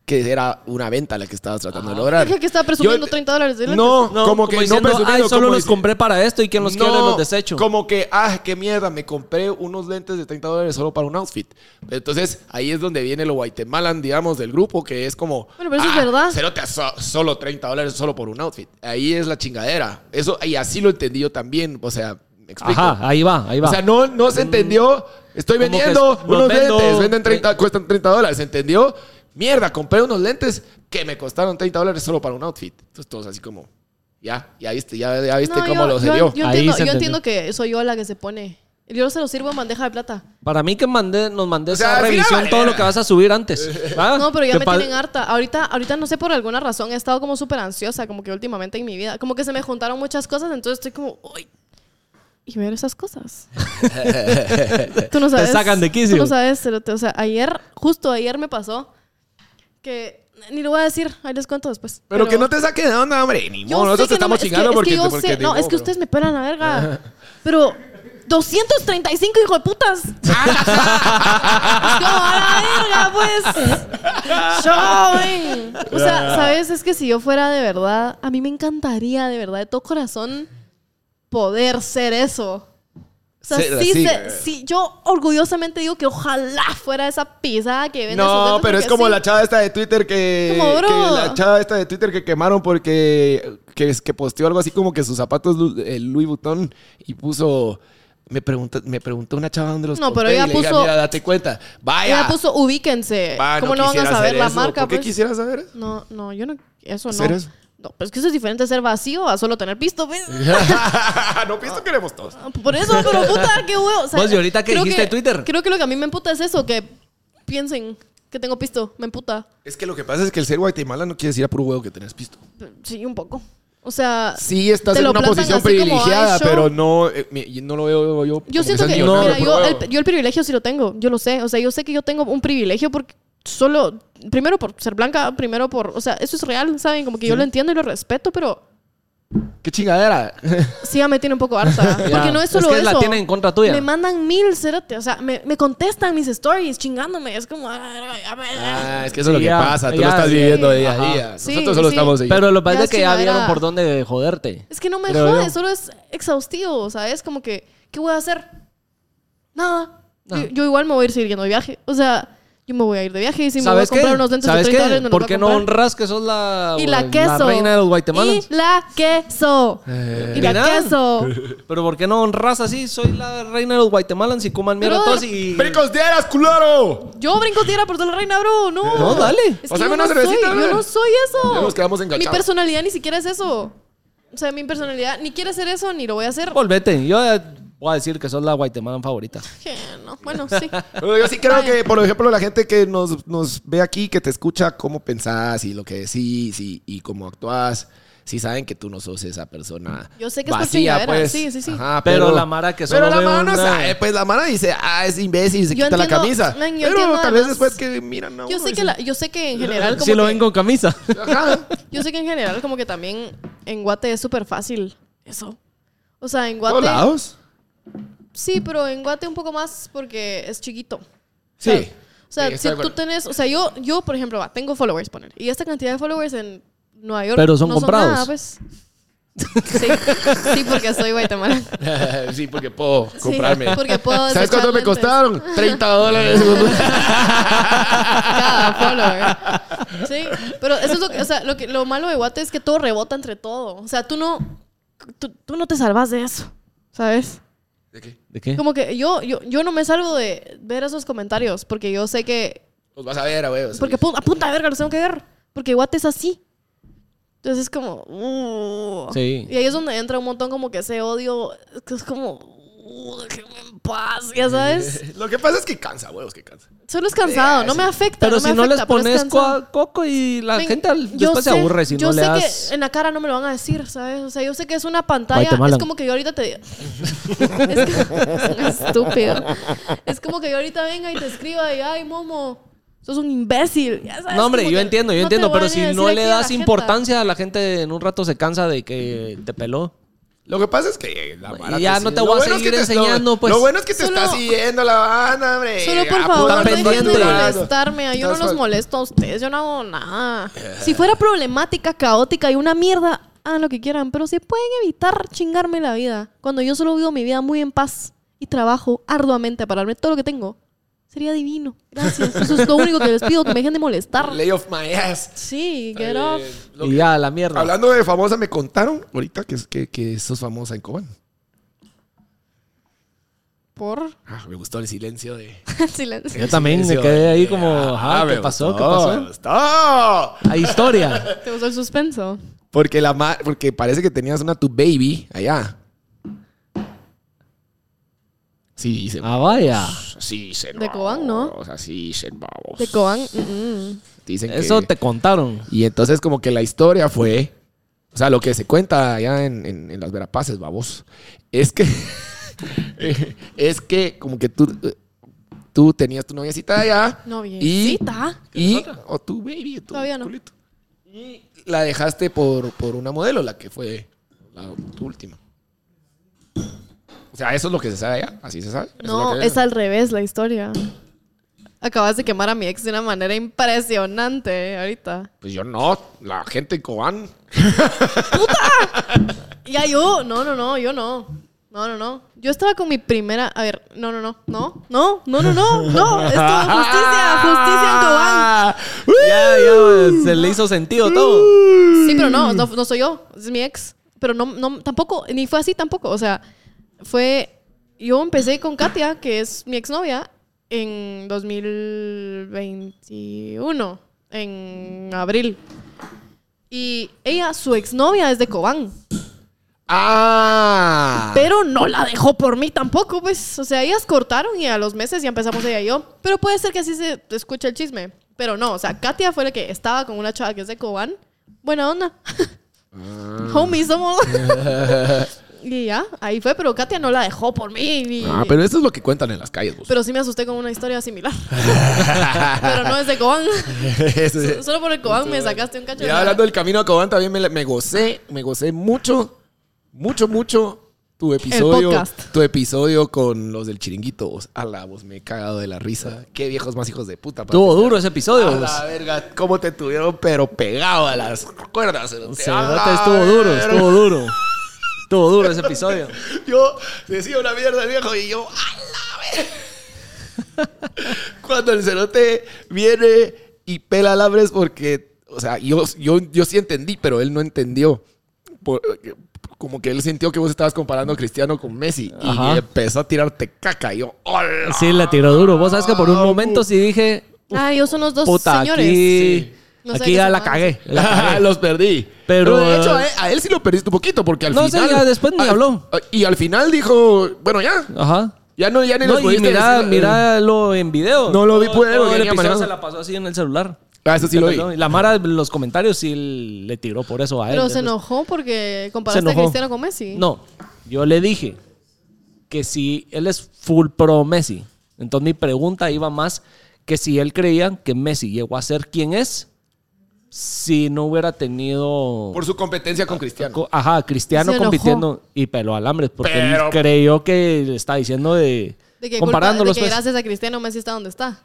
B: que era una venta la que estabas tratando de lograr.
A: Dije que estaba presumiendo
B: Yo-
A: 30 dólares de lentes.
B: No, como que no
C: Ah. diciendo,
B: presumiendo,
C: "Ay, solo
B: como
C: los
B: dic-
C: compré para esto y quien los quiere los desecho.
B: Como que, ah, qué mierda, me compré unos lentes de 30 dólares solo para un outfit. Entonces, ahí es donde viene lo guatemalan, digamos, del grupo, que es como.
A: Bueno, pero eso es verdad.
B: cerote, so- solo 30 dólares solo por un outfit. Ahí es la chingadera. Eso, y así lo entendí yo también. O sea, me explico.
C: Ajá, ahí va, ahí va.
B: O sea, no, no se entendió. Estoy
C: Como que
B: vendiendo
C: es- los
B: unos
C: vendo. eh.
B: lentes. Venden 30, cuestan 30 dólares. ¿Se entendió? Mierda, compré unos lentes que me costaron 30 dólares solo para un outfit. Entonces todos así como, ya, ya viste, ya, ya
C: Este,
B: viste
A: No,
B: cómo
A: yo-
B: lo se
A: yo-
B: dio.
A: Yo,
C: Ahí
A: entiendo,
C: se
A: yo
C: entendió.
A: entiendo que soy yo la que se pone. Yo se lo sirvo en bandeja de plata.
C: Para mí que mandé, nos mandé
B: O sea,
C: esa
B: al final
C: revisión
B: vale
C: todo lo
B: verga.
C: que vas a subir antes.
B: Ah,
C: ¿va?
A: No, pero ya
C: Que
A: me
C: pa-
A: tienen harta. Ahorita, ahorita no sé por alguna razón he estado como súper ansiosa, como que últimamente en mi vida. Como que se me juntaron muchas cosas, entonces estoy como, uy. Y ver esas
C: [laughs]
A: cosas. tú no sabes.
C: sacan de quicio.
A: Tú no sabes, cerote. o sea, ayer, justo ayer me pasó que ni lo voy a decir, ahí les cuento después.
B: Pero, que no te saque de onda, hombre. Ni
A: Yo
B: modo,
A: sé que
B: nosotros te estamos
A: no me- es que-
B: chingando
A: es que
B: porque...
A: yo
B: porque "Oh". Ah.
A: sé-
B: ni
A: no, es
B: modo,
A: que
B: bro.
A: ustedes me pelan la verga. Pero 235 hijo de
B: [laughs]
A: putas. es como a la verga, pues. Show, ven. O sea,
B: Ah.
A: sabes, es que si yo fuera de verdad, a mí me encantaría de verdad, de todo corazón, poder ser eso. O sea,
B: Ser
A: sí,
B: así,
A: se-
B: eh.
A: sí, yo orgullosamente digo que ojalá fuera esa pisada que vende esos
B: No,
A: lentes,
B: pero es
A: porque
B: como
A: sí.
B: la chava esta de Twitter que,
A: Como,
B: que
A: bro.
B: la chava esta de Twitter que quemaron porque que, que posteó algo así como que sus zapatos Lu- eh, Louis Vuitton y puso me preguntó, me preguntó una chava dónde los
A: No, pero
B: compré y
A: ella
B: le dije, "Ah,
A: puso-
B: "Mira, date cuenta. Vaya.
A: Ella puso ubíquense.
B: Va,
A: ¿Cómo no, van a
B: quisiera
A: saber
B: hacer
A: la
B: eso.
A: marca?
B: ¿Por qué
A: pues?
B: quisiera saber?
A: [laughs]
B: eso? [laughs]
A: No, no, yo no. Eso no.
B: ¿Hacer eso?
A: No, pero es que eso es diferente a ser vacío a solo tener pisto. pues. Ah,
B: no pienso que queremos todos.
A: Por eso, pero puta, qué huevo. O sea,
C: Vos, y ahorita que
A: creo
C: dijiste Twitter.
A: Creo que lo que a mí me emputa es eso, que piensen que tengo pisto. Me emputa.
B: Es que lo que pasa es que el ser guatemala no quiere decir a puro huevo que tenés pisto.
A: Sí, un poco. O sea.
B: Sí, estás
A: te
B: en
A: lo
B: una
A: plantan
B: posición
A: así como,
B: privilegiada,
A: "Ay, show".
B: pero no, eh, mi- no lo veo yo. como
A: Yo siento
B: seas
A: que.
B: millonario,
A: mira,
B: puro
A: yo
B: huevo.
A: el, yo el privilegio sí lo tengo. Yo lo sé. O sea, yo sé que yo tengo un privilegio porque solo. Primero por ser blanca, primero por. O sea, eso es real, ¿saben? Como que yo lo entiendo y lo respeto, pero.
B: ¿Qué chingadera?
A: Sí, ya me tiene un poco
C: [laughs]
A: harta.
C: Ya.
A: Porque no es
C: Es
A: solo
C: que la
A: eso.
C: tienen en contra tuya.
A: Me mandan mil, cérate. O sea, me, me contestan mis stories chingándome. Es como...
B: Ah, es que eso es lo
C: Sí,
B: que
C: ya,
B: pasa. Tú
C: ya,
B: lo estás
C: sí.
B: viviendo día a
C: Ajá.
B: día.
A: Sí,
B: Nosotros solo
A: sí.
B: estamos ahí.
C: Pero lo que pasa
A: Ya
C: es que
A: sí,
C: ya
A: no era-
C: vieron por dónde joderte.
A: Es que no me
C: Creo
A: jode,
C: yo.
A: solo es exhaustivo, ¿sabes? Como que, ¿qué voy a hacer? Nada.
C: Nada.
A: Yo, yo igual me voy a ir siguiendo de viaje. O sea, yo me voy a ir de viaje y si me voy a
C: ¿Sabes qué?
A: comprar unos lentes de
C: ¿Sabes
A: 30
C: qué?
A: dólares, me los
C: ¿Por
A: voy a
C: qué no
A: comprar.
C: honras que sos la,
A: Y la queso.
C: reina de los guatemalans? Eh.
A: Y la queso. y la
C: Mira.
A: queso.
C: Pero ¿por qué no honras así? Soy la reina de los guatemalans y coman mierda
A: Pero-
C: todos y...
B: ¡Brincos de eras, culero!
A: Yo brinco tierra por ser la reina, bro. No.
C: No, dale.
A: Es
B: O
A: que
B: sea,
A: yo,
B: una
A: no soy,
B: cervecita,
A: yo
B: bro.
A: no soy eso.
B: Ya nos quedamos enganchados.
A: Mi personalidad ni siquiera es eso. O sea, mi personalidad ni quiere ser eso ni lo voy a hacer.
C: Volvete. Yo eh, voy a decir que sos la guatemalan favorita.
A: Que no. Bueno, sí.
B: Pero Yo sí creo que, por ejemplo, la gente que nos, nos ve aquí, que te escucha cómo pensás y lo que decís y, y cómo actuás, sí saben que tú no sos esa persona
A: Yo sé que es por
B: vacía,
A: chingadera,
B: pues.
A: sí, sí, sí.
B: Ajá,
C: Pero la mara que
B: Pero
C: solo
B: la
C: ve
B: mara no
C: una-
B: sabe, pues la mara dice, ah, es imbécil, se
A: Yo
B: quita la
A: entiendo,
B: camisa.
A: man, yo
B: pero
A: entiendo,
B: tal vez
A: además-
B: después que miran a uno
A: Yo sé
B: y
A: que, la- yo sé que en general como
C: Si lo
A: que-
C: ven con camisa.
B: dicen,
A: [laughs]
B: Ajá.
A: Yo sé que en general como que también en Guate es súper fácil eso. O sea, en Guate...
B: ¿Todos lados?
A: Sí, pero en Guate un poco más porque es chiquito.
B: Sí.
A: O sea, o sea,
B: Sí, estoy
A: si
B: de
A: tú
B: acuerdo.
A: tenés... O sea, yo, yo por ejemplo, va, tengo followers, poner. Y esta cantidad de followers en Nueva York...
C: Pero son
A: no
C: comprados.
A: Son nada, pues. Sí, sí, porque soy guatemalana.
B: [laughs] sí, porque puedo
A: Sí,
B: comprarme.
A: porque [laughs] puedo
B: ¿Sabes cuánto me
A: desecharme
B: costaron? 30 dólares.
A: Cada follower. Sí, pero eso es lo que, o sea, lo, que, lo malo de Guate es que todo rebota entre todo. O sea, tú no, tú, tú no te salvas de eso, ¿sabes?
B: ¿De qué?
C: ¿De qué?
A: Como que yo, yo, yo no me salvo de ver esos comentarios porque yo sé que,
B: Los vas a ver, a huevos.
A: porque pu- a punta de verga los tengo que ver, porque Guate es así. Entonces es como... uh.
C: Sí.
A: Y ahí es donde entra un montón como que ese odio, que es como... uh, déjenme en paz, ya
C: [laughs]
A: sabes.
B: [laughs] Lo que pasa es que cansa, huevos, que cansa.
A: Solo es cansado,
B: Sí,
A: no
B: sí.
A: me afecta.
C: Pero
A: me
C: si no les
A: afecta, pero es
C: pones
A: cansado.
C: co- coco y la
A: Ven,
C: gente al-
A: yo
C: después se
A: sé-
C: aburre si
A: yo
C: no le
A: sé
C: das...
A: que en la cara no me lo van a decir, ¿sabes? O sea, yo sé que es una pantalla.
C: Guatemala.
A: Es como que yo ahorita te
C: [laughs]
A: diga. es, que- [laughs] es un estúpido. Es como que yo ahorita venga y te escriba y, ay, Momo, sos un imbécil. Ya sabes,
C: No, hombre,
A: como
C: yo
A: que
C: entiendo, yo
A: no te
C: entiendo,
A: voy a
C: pero
A: ni
C: si
A: decir
C: no
A: aquí
C: le
A: a la
C: das
A: jeta.
C: importancia a la gente, en un rato se cansa de que te peló.
B: Lo que pasa es que la mara
C: Ya
B: te
C: no te
B: sigue.
C: voy a
B: Lo bueno es
C: seguir
B: que te-
C: enseñando,
B: lo-
C: pues.
B: Lo bueno es que te
A: Solo-
B: está siguiendo la banda, hombre.
A: Solo por
B: Ah,
A: favor,
B: puta,
C: Están
A: dejen de
C: pendientes.
A: molestarme. Yo no
B: Estás
A: los
B: fal- Eh.
A: molesto a ustedes, yo no hago nada. Si fuera problemática, caótica y una mierda, hagan lo que quieran, pero si pueden evitar chingarme la vida, cuando yo solo vivo mi vida muy en paz y trabajo arduamente para darme todo lo que tengo, sería divino. Gracias. Eso es lo único que les pido, que me dejen de molestar.
B: Lay off my ass.
A: Sí,
B: Eh,
A: get off.
B: lo
C: y
B: que-
C: ya, la mierda.
B: Hablando de famosa, me contaron ahorita que, que, que sos famosa en Cobán.
A: Por [laughs]
B: Ah, me gustó el silencio de.
A: silencio.
B: [laughs]
C: Yo también me
B: silencio
C: quedé
B: de-
C: ahí
B: Ah,
C: como, ajá,
B: me
C: ¿qué pasó? ¿Qué
B: gustó,
C: pasó?
B: me gustó. [laughs]
C: Hay historia.
A: ¿Te gustó el suspenso?
B: Porque, la ma- porque parece que tenías una tu baby allá. Sí, dicen.
C: Ah, vaya.
B: Sí, dicen.
A: De Cobán, ¿no?
B: O sea, sí, dicen, vamos.
A: De Coan. mm, mm.
B: Dicen que-
C: Eso te contaron.
B: Y entonces como que la historia fue, o sea, lo que se cuenta allá en, en- en las Verapaces, babos, es que, [laughs] es que como que tú, eh, tú tenías tu noviecita allá
A: Noviecita.
B: y, o tu baby, tu
A: Todavía no.
B: culito. Y la dejaste por, por una modelo, la que fue la, tu última. O sea, eso es lo que se sabe allá, así se sabe. Eso es lo
A: No,
B: que-
A: es al revés la historia. Acabas de quemar a mi ex de una manera impresionante eh, ahorita.
B: Pues yo no, la gente en Cobán.
A: Ya yo, no, no, no, yo no. No, no, no. Yo estaba con mi primera. A ver, no, no, no. No, no, no, no, no. No, esto es
B: ¡Ah!
A: justicia, justicia en Cobán.
C: Ya,
B: uh,
C: ya, se le hizo sentido todo.
A: Sí, pero no, no, no soy yo, es mi ex. Pero no, no, tampoco, ni fue así tampoco. O sea, fue. Yo empecé con Katia, que es mi exnovia, en 2021, en abril. Y ella, su exnovia es de Cobán,
B: ¡Ah!
A: pero no la dejó por mí tampoco, pues. O sea, ellas cortaron y a los meses ya empezamos ella y yo. Pero puede ser que así se escuche el chisme. Pero no, o sea, Katia fue la que estaba con una chava que es de Cobán. Buena onda.
C: [laughs]
B: Ah.
A: Homies somos. Y ya, ahí fue, pero Katia no la dejó por mí. ni-
B: Ah, pero eso es lo que cuentan en las calles, vos. [laughs]
A: Pero sí me asusté con una historia similar. [laughs] pero no es de Cobán.
C: [laughs]
B: Eso es-
A: Solo por el Cobán me sacaste un cacho. de
B: Mira,
A: la-
B: hablando del camino a Cobán, también me, la- me gocé, me gocé mucho, mucho, mucho tu episodio,
A: podcast.
B: tu episodio con los del chiringuito. vos. Ala, vos me he cagado de la risa. Qué viejos más hijos de puta. para
C: Estuvo
B: empezar.
C: duro ese episodio.
B: A
C: vos.
B: la verga, cómo te tuvieron, pero pegado a las cuerdas.
C: O
B: cerote.
C: sea,
B: A la
C: te estuvo duro,
B: verga.
C: estuvo duro. Estuvo duro ese
B: [laughs]
C: episodio.
B: Yo decía una mierda el viejo y yo, ¡a la verga! [laughs] Cuando el cerote viene y pela alambres porque, o sea, yo, yo, yo sí entendí, pero él no entendió. Por- como que él sintió que vos estabas comparando a Cristiano con Messi
C: Ajá.
B: y empezó a tirarte caca. Y yo, ¡hola!
C: Sí, la tiró duro. Vos sabes que
B: Ah,
C: por un
B: uh.
C: momento sí dije,
A: Ah, ellos son los dos
C: puta,
A: señores.
C: aquí,
A: No sé
C: aquí
A: qué
C: ya
A: se
C: la
A: llaman.
C: cagué.
B: [laughs]
C: la
A: [laughs]
C: cagué.
B: Los perdí.
C: Pero,
B: de hecho,
C: eh,
B: a él, a él sí lo perdiste un poquito porque al
C: No, sí,
B: final.
C: ya después ni
B: al-
C: habló.
B: Y al final dijo, bueno, ya.
C: Ajá.
B: Ya no, ya ni
C: No,
B: les
C: y
B: pudiste
C: mira,
B: decir- eh,
C: míralo en video.
B: No lo vi,
C: Todo-
B: pude ver,
C: todo
B: porque
C: el
B: tenía
C: episodio
B: manado.
C: se la pasó así en el celular.
B: Ah, eso sí lo vi.
C: Y La Mara, los comentarios sí le tiró por eso a él.
A: Pero se
C: entonces-
A: enojó porque
C: se
A: comparaste
C: enojó.
A: a Cristiano con Messi.
C: No, yo le dije que si él es full pro Messi, entonces mi pregunta iba más que si él creía que Messi llegó a ser quien es si no hubiera tenido
B: Por su competencia con Cristiano.
C: co- ajá, Cristiano
A: Se enojó.
C: compitiendo y pelo alambres porque
B: Pero-
C: él creyó que le está diciendo de,
A: De que,
C: comparándolos
A: culpa- de que
C: pues.
A: gracias a Cristiano Messi está donde está.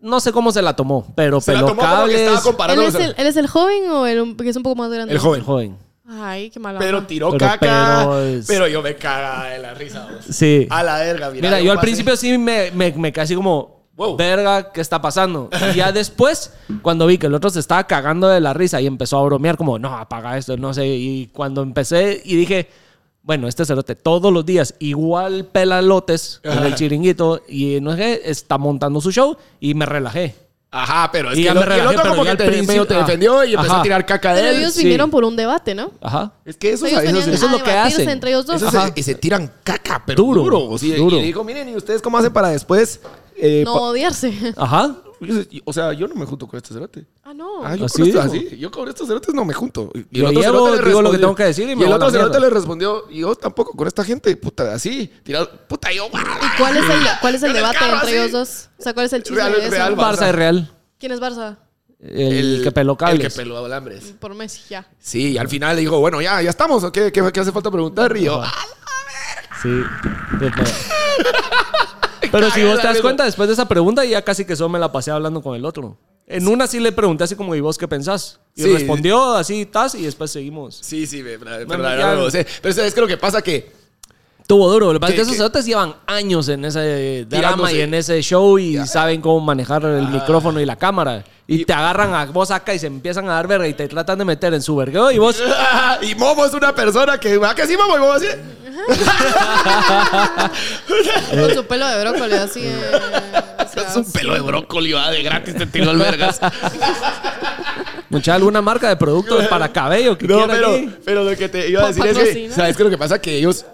C: no sé cómo se la tomó, pero
B: Se la
C: peló
B: tomó como que estaba
C: cables,
A: ¿Él
B: comparando
A: es, el, él es el joven o el que es un poco más grande?
B: El joven.
C: el joven.
A: Ay, qué mala.
B: Pero
A: onda.
B: tiró
C: Pero-
B: caca.
C: pero
B: Pero,
C: es-
B: yo me caga de la risa. vos.
C: Sí.
B: A la verga, mira.
C: Mira, yo al
B: pasé-
C: principio sí me, me, me quedé así como,
B: Wow.
C: verga, ¿qué está pasando? Y ya después, cuando vi que el otro se estaba cagando de la risa y empezó a bromear como, no, apaga esto, no sé. Y cuando empecé y dije, bueno, este cerote todos los días igual pela lotes en el chiringuito y no sé qué, está montando su show y me relajé.
B: Ajá, pero es
C: Y
B: que
C: ya
B: el,
C: me
B: otro- y el
C: relajé,
B: otro
C: pero
B: como
C: ya
B: que
C: al
B: te,
C: principio-
B: medio te
C: ah.
B: defendió y empezó
C: Ajá.
B: a tirar caca de
A: Pero
B: él.
A: ellos
C: sí.
A: vinieron por un debate, ¿no?
C: Ajá.
B: Es que eso,
A: ellos venían
C: eso es
A: a
C: lo que
A: debatirse
C: hacen.
A: entre ellos dos.
B: Eso
C: Ajá.
B: se, y se tiran caca, pero
C: Duro,
B: duro. sí,
C: duro.
B: Y le digo, miren, ¿y ustedes cómo hacen para después? eh,
A: no
B: [laughs]
A: odiarse.
C: Ajá.
B: pa- yo sé- o sea, yo no me junto con este cerote.
A: ah, no.
B: Ah, yo,
C: Así
B: con estos,
C: dijo.
B: así, yo con estos cerotes no me junto. Y
C: Yo
B: otro
C: llego,
B: cerote le
C: digo lo que
B: respondió-
C: tengo que decir y me
B: el
C: voy a la
B: otro cerote
C: mierda.
B: le respondió, y yo tampoco con esta gente, puta, así. Tirado, puta, yo.
A: ¿Y cuál es
B: [laughs]
A: el, cuál es el
B: Yo les
A: debate
B: cargo
A: entre
B: así.
A: ellos dos? O sea, ¿cuál es el chisme
B: Real-
A: de eso?
B: Real Barça.
C: Barça y Real.
A: ¿Quién es Barça?
C: El, que peló cables.
B: El que peló alambres.
A: Por Messi, ya.
B: Sí, y al final le dijo, bueno, ya, ya estamos. ¿Qué, qué, qué hace falta preguntar? Y yo, "Ah,
C: Sí. Pero si vos te das cuenta, después de esa pregunta, ya casi que solo me la pasé hablando con el otro. En una sí le pregunté así como, ¿y vos qué pensás? Y
B: Sí.
C: respondió así, tas, y después seguimos.
B: sí, sí, me- me- me-
C: Bueno,
B: la
C: ya.
B: verdad no lo sé. Pero ¿sabes qué? Lo que pasa que [laughs]
C: Tuvo duro. Lo que pasa es que
B: ¿Qué,
C: esos
B: qué?
C: cerotes llevan años en ese drama
B: Tirándose. Ah.
C: y en ese show y saben cómo manejar el micrófono y la cámara. Y, te agarran a vos acá y se empiezan a dar verga y te tratan de meter en su vergueo
B: [laughs]
C: y vos...
B: y Momo es una persona que va que sí, Momo, y Momo así.
A: Con su pelo de brócoli, así.
B: [laughs]
A: eh, o sea,
B: Es Eh. un pelo de brócoli, va de gratis, te tiró al
C: [laughs]
B: vergas.
C: Mucha alguna marca de productos para cabello
B: [laughs]
C: que
B: No,
C: quieran
B: pero,
C: aquí.
B: pero lo que te iba a
A: Pa-
B: decir es que,
A: patrocina.
B: ¿sabes qué? Lo que pasa que ellos,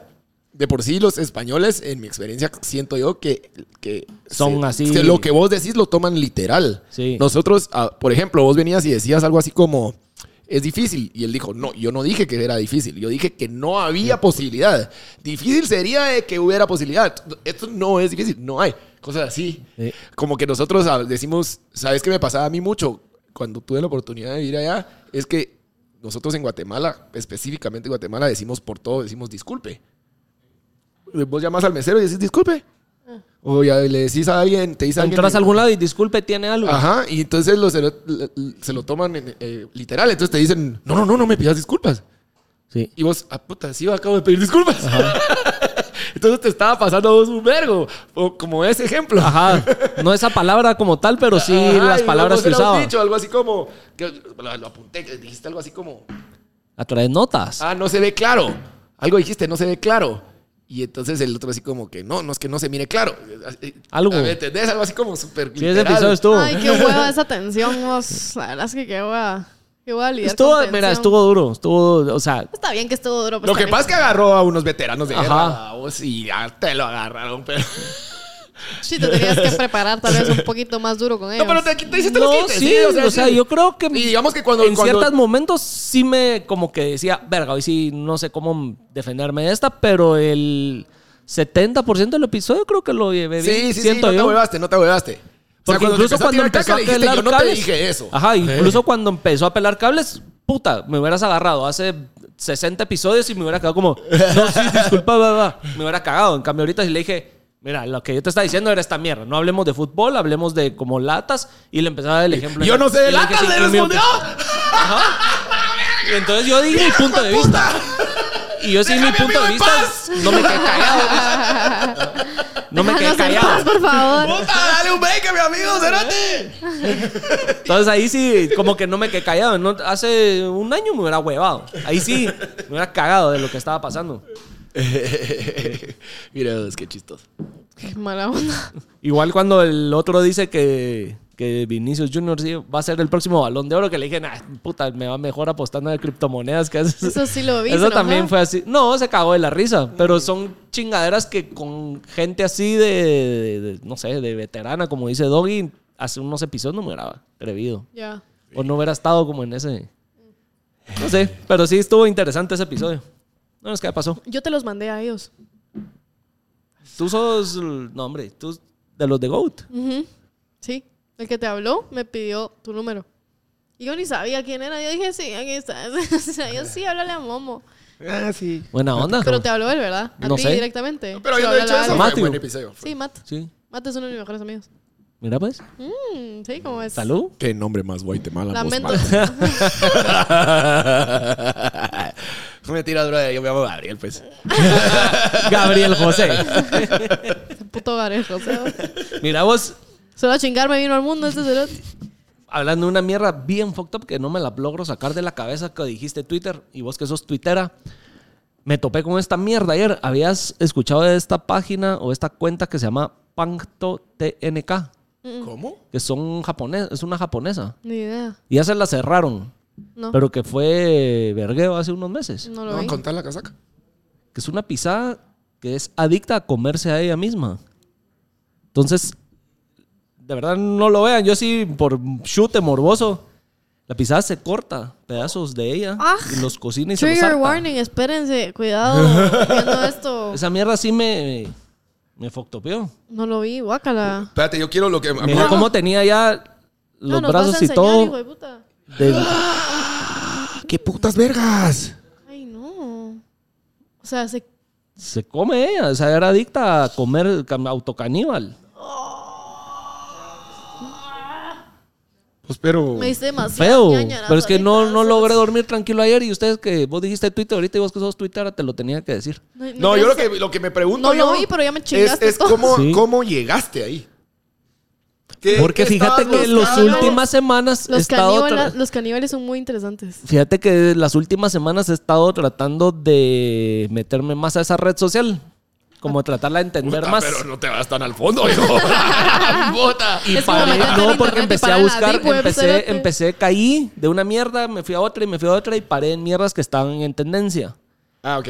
B: de por sí, los españoles, en mi experiencia, siento yo que. que
C: Son así.
B: que lo que vos decís lo toman literal.
C: Sí.
B: Nosotros, ah, por ejemplo, vos venías y decías algo así como. Es difícil. Y él dijo, no, yo no dije que era difícil. Yo dije que no había posibilidad. Difícil sería de que hubiera posibilidad. Esto no es difícil, no hay. Cosas así.
C: Sí.
B: Como que nosotros ah, decimos, ¿sabes qué me pasaba a mí mucho? Cuando tuve la oportunidad de ir allá, es que nosotros en Guatemala, específicamente en Guatemala, decimos por todo, decimos disculpe. Vos llamas al mesero y decís disculpe. O ya le decís a alguien, te dice alguien.
C: Entras a algún lado y disculpe, tiene algo.
B: Ajá, y entonces los, cero- l- l- se lo toman en, eh, literal. Entonces te dicen, no, no, no, no me pidas disculpas.
C: Sí.
B: Y vos, ah, puta, sí, acabo de pedir disculpas. [laughs] entonces te estaba pasando a vos un vergo. o como ese ejemplo.
C: Ajá. No esa palabra como tal, pero sí
B: Ajá,
C: las
B: y
C: palabras
B: vos
C: que
B: hubieras
C: usaba.
B: dicho algo así como, que lo, lo apunté, que dijiste algo así como,
C: A través de notas.
B: ah, no se ve claro. Algo dijiste, no se ve claro. Y entonces el otro así como que, no, no es que no se mire claro.
C: Algo.
B: A ver, ¿Entendés? Algo así como súper
C: Sí, ese episodio estuvo.
A: Ay, qué hueva esa tensión, vos. La verdad es que qué hueva. Qué hueva lidiar
C: estuvo,
A: con
C: mira,
A: tensión.
C: estuvo duro. Estuvo, o sea,
A: Está bien que estuvo
C: Pues
A: duro. pues, pero
B: Lo
A: está bien.
B: que pasa es que agarró a unos veteranos de
C: Ajá.
B: guerra, vos, y ya te lo agarraron, pero... [laughs]
A: Sí, te tenías que preparar tal vez un poquito más duro con ellos.
B: No, pero te, te hiciste
C: no,
B: los quites.
C: sí, o sea,
B: sí.
C: yo creo que
B: Y digamos que cuando-
C: en
B: cuando-
C: ciertos momentos sí me como que decía, verga, hoy sí no sé cómo defenderme de esta, pero el 70% del episodio creo que lo llevé bien.
B: Sí, sí, sí,
C: siento
B: no te
C: yo.
B: huevaste, no te huevaste. O sea,
C: Porque incluso
B: te
C: cuando
B: empezó
C: empezó
B: a tirar caca,
C: a
B: le dijiste,
C: pelar
B: yo no te
C: cables.
B: dije eso.
C: Ajá, incluso cuando empezó a pelar cables, puta, me hubieras agarrado hace 60 episodios y me hubiera quedado como, no, sí, disculpa, va, va. Me hubiera cagado. En cambio, ahorita sí le dije, mira, lo que yo te estaba diciendo era esta mierda. No hablemos de fútbol, hablemos de como latas. Y le empezaba el ejemplo.
B: Yo no sé de
C: Y le dije,
B: latas,
C: sí,
B: le
C: y me-
B: respondió.
C: Y entonces yo di mi punto de vista. Y yo sí, mi
B: Déjame a
C: punto
B: mí
C: de
B: en
C: vista,
B: paz.
C: no me quedé callado. No me quedé
A: Déjanos en
C: callado.
A: paz, por favor.
B: Puta, dale un break a mi amigo, cerate.
C: Entonces ahí sí, como que no me quedé callado. No, hace un año me hubiera huevado. Ahí sí, me hubiera cagado de lo que estaba pasando.
B: [laughs] Mira, es que chistoso.
A: Qué mala onda.
C: Igual cuando el otro dice que, que Vinicius Junior sí va a ser el próximo balón de oro, que le dije, nah, puta, me va mejor apostando a criptomonedas que haces".
A: Eso sí lo vi, se
C: Eso
A: enojó.
C: también fue así. No, se cagó de la risa. Pero son chingaderas que con gente así de, de- de- no sé, de veterana, como dice Doggy, hace unos episodios no me hubiera atrevido.
A: Ya.
C: O no hubiera estado como en ese. No sé, pero sí estuvo interesante ese episodio. No es que pasó.
A: Yo te los mandé a ellos.
C: Tú sos. No, hombre, tú de los de GOAT.
A: Ujú. Sí. El que te habló me pidió tu número. Y yo ni sabía quién era. Yo dije, sí, aquí está. [laughs] O sea, yo sí, háblale a Momo.
B: Ah, sí.
C: Buena onda.
A: Pero te habló él, ¿verdad? A
C: No
A: ti
C: sé.
A: directamente.
B: Pero
A: Sí,
B: yo no he
A: háblale
B: hecho
A: a
B: eso.
A: alguien.
B: Fue un
C: Matthew.
B: buen episodio. fue.
A: Sí, Matt.
C: Sí.
A: Matt es uno de mis mejores amigos.
C: Mira, pues.
A: Mm, sí, como es.
C: Salud.
B: Qué nombre más Guatemala.
A: Lamento. [laughs]
B: No [laughs] me tiras, brother. Yo me llamo Gabriel, pues.
C: Gabriel José.
A: Puto garejo. o sea.
C: Mira, vos.
A: Solo a chingarme vino al mundo este cerote.
C: Hablando de una mierda bien fucked up que no me la logro sacar de la cabeza que dijiste Twitter y vos que sos tuitera, me topé con esta mierda ayer. ¿Habías escuchado de esta página o esta cuenta que se llama Pancto TNK?
A: Mm.
B: ¿Cómo?
C: Que son japonés, es una japonesa.
A: Ni idea.
C: Y ya se la cerraron,
A: No,
C: pero que fue vergueo hace unos meses.
A: no
B: ¿No
A: lo
B: van
A: vi.
B: a contar la casaca?
C: que es una pisada que es adicta a comerse a ella misma. Entonces, de verdad no lo vean. Yo sí, por chute morboso, la pisada se corta pedazos de ella
A: ¡Ah!
C: y los cocina y se los
A: Trigger
C: harta.
A: warning, espérense. Cuidado
C: [laughs]
A: viendo esto.
C: Esa mierda sí me, me foctopeó.
A: No lo vi, guácala.
B: Espérate, yo quiero lo que.
C: Me dijo cómo tenía ya los
A: No, nos vas
C: brazos
A: a
C: y
A: enseñar, hijo
C: todo.
A: de puta.
C: del-
B: ¡Qué putas vergas!
A: Ay, no. O sea, se...
C: se come ella. O sea, era adicta a comer cam- autocaníbal.
B: Pues, pero.
A: me hice demasiado.
C: Feo. Pero es que no, no logré dormir tranquilo ayer y ustedes que vos dijiste Twitter ahorita y vos que sos Twitter te lo tenía que decir.
B: No, yo lo que, lo que me pregunto.
A: No lo
B: yo
A: vi, pero ya me chingaste
B: Es, es
A: todo.
B: cómo,
C: Sí.
B: cómo llegaste ahí. ¿Qué-
C: Porque
B: qué
C: fíjate
B: estabas
C: que en las
B: buscando?
C: últimas semanas he
A: Los,
C: estado
A: caníbala-
C: tra-
A: los caníbales son muy interesantes.
C: fíjate que las últimas semanas he estado tratando de meterme más a esa red social, como tratarla de
B: Puta,
C: entender más.
B: Pero no te vas tan al fondo, hijo. [laughs] Puta.
C: Y
A: Es como
C: paré-
A: meterte en
C: no,
A: internet
C: porque
A: y
C: empecé
A: parar
C: a
A: en la
C: buscar,
A: deep web,
C: empecé,
A: cerote.
C: empecé, caí de una mierda, me fui a otra y me fui a otra y paré en mierdas que estaban en tendencia.
B: Ah, ok.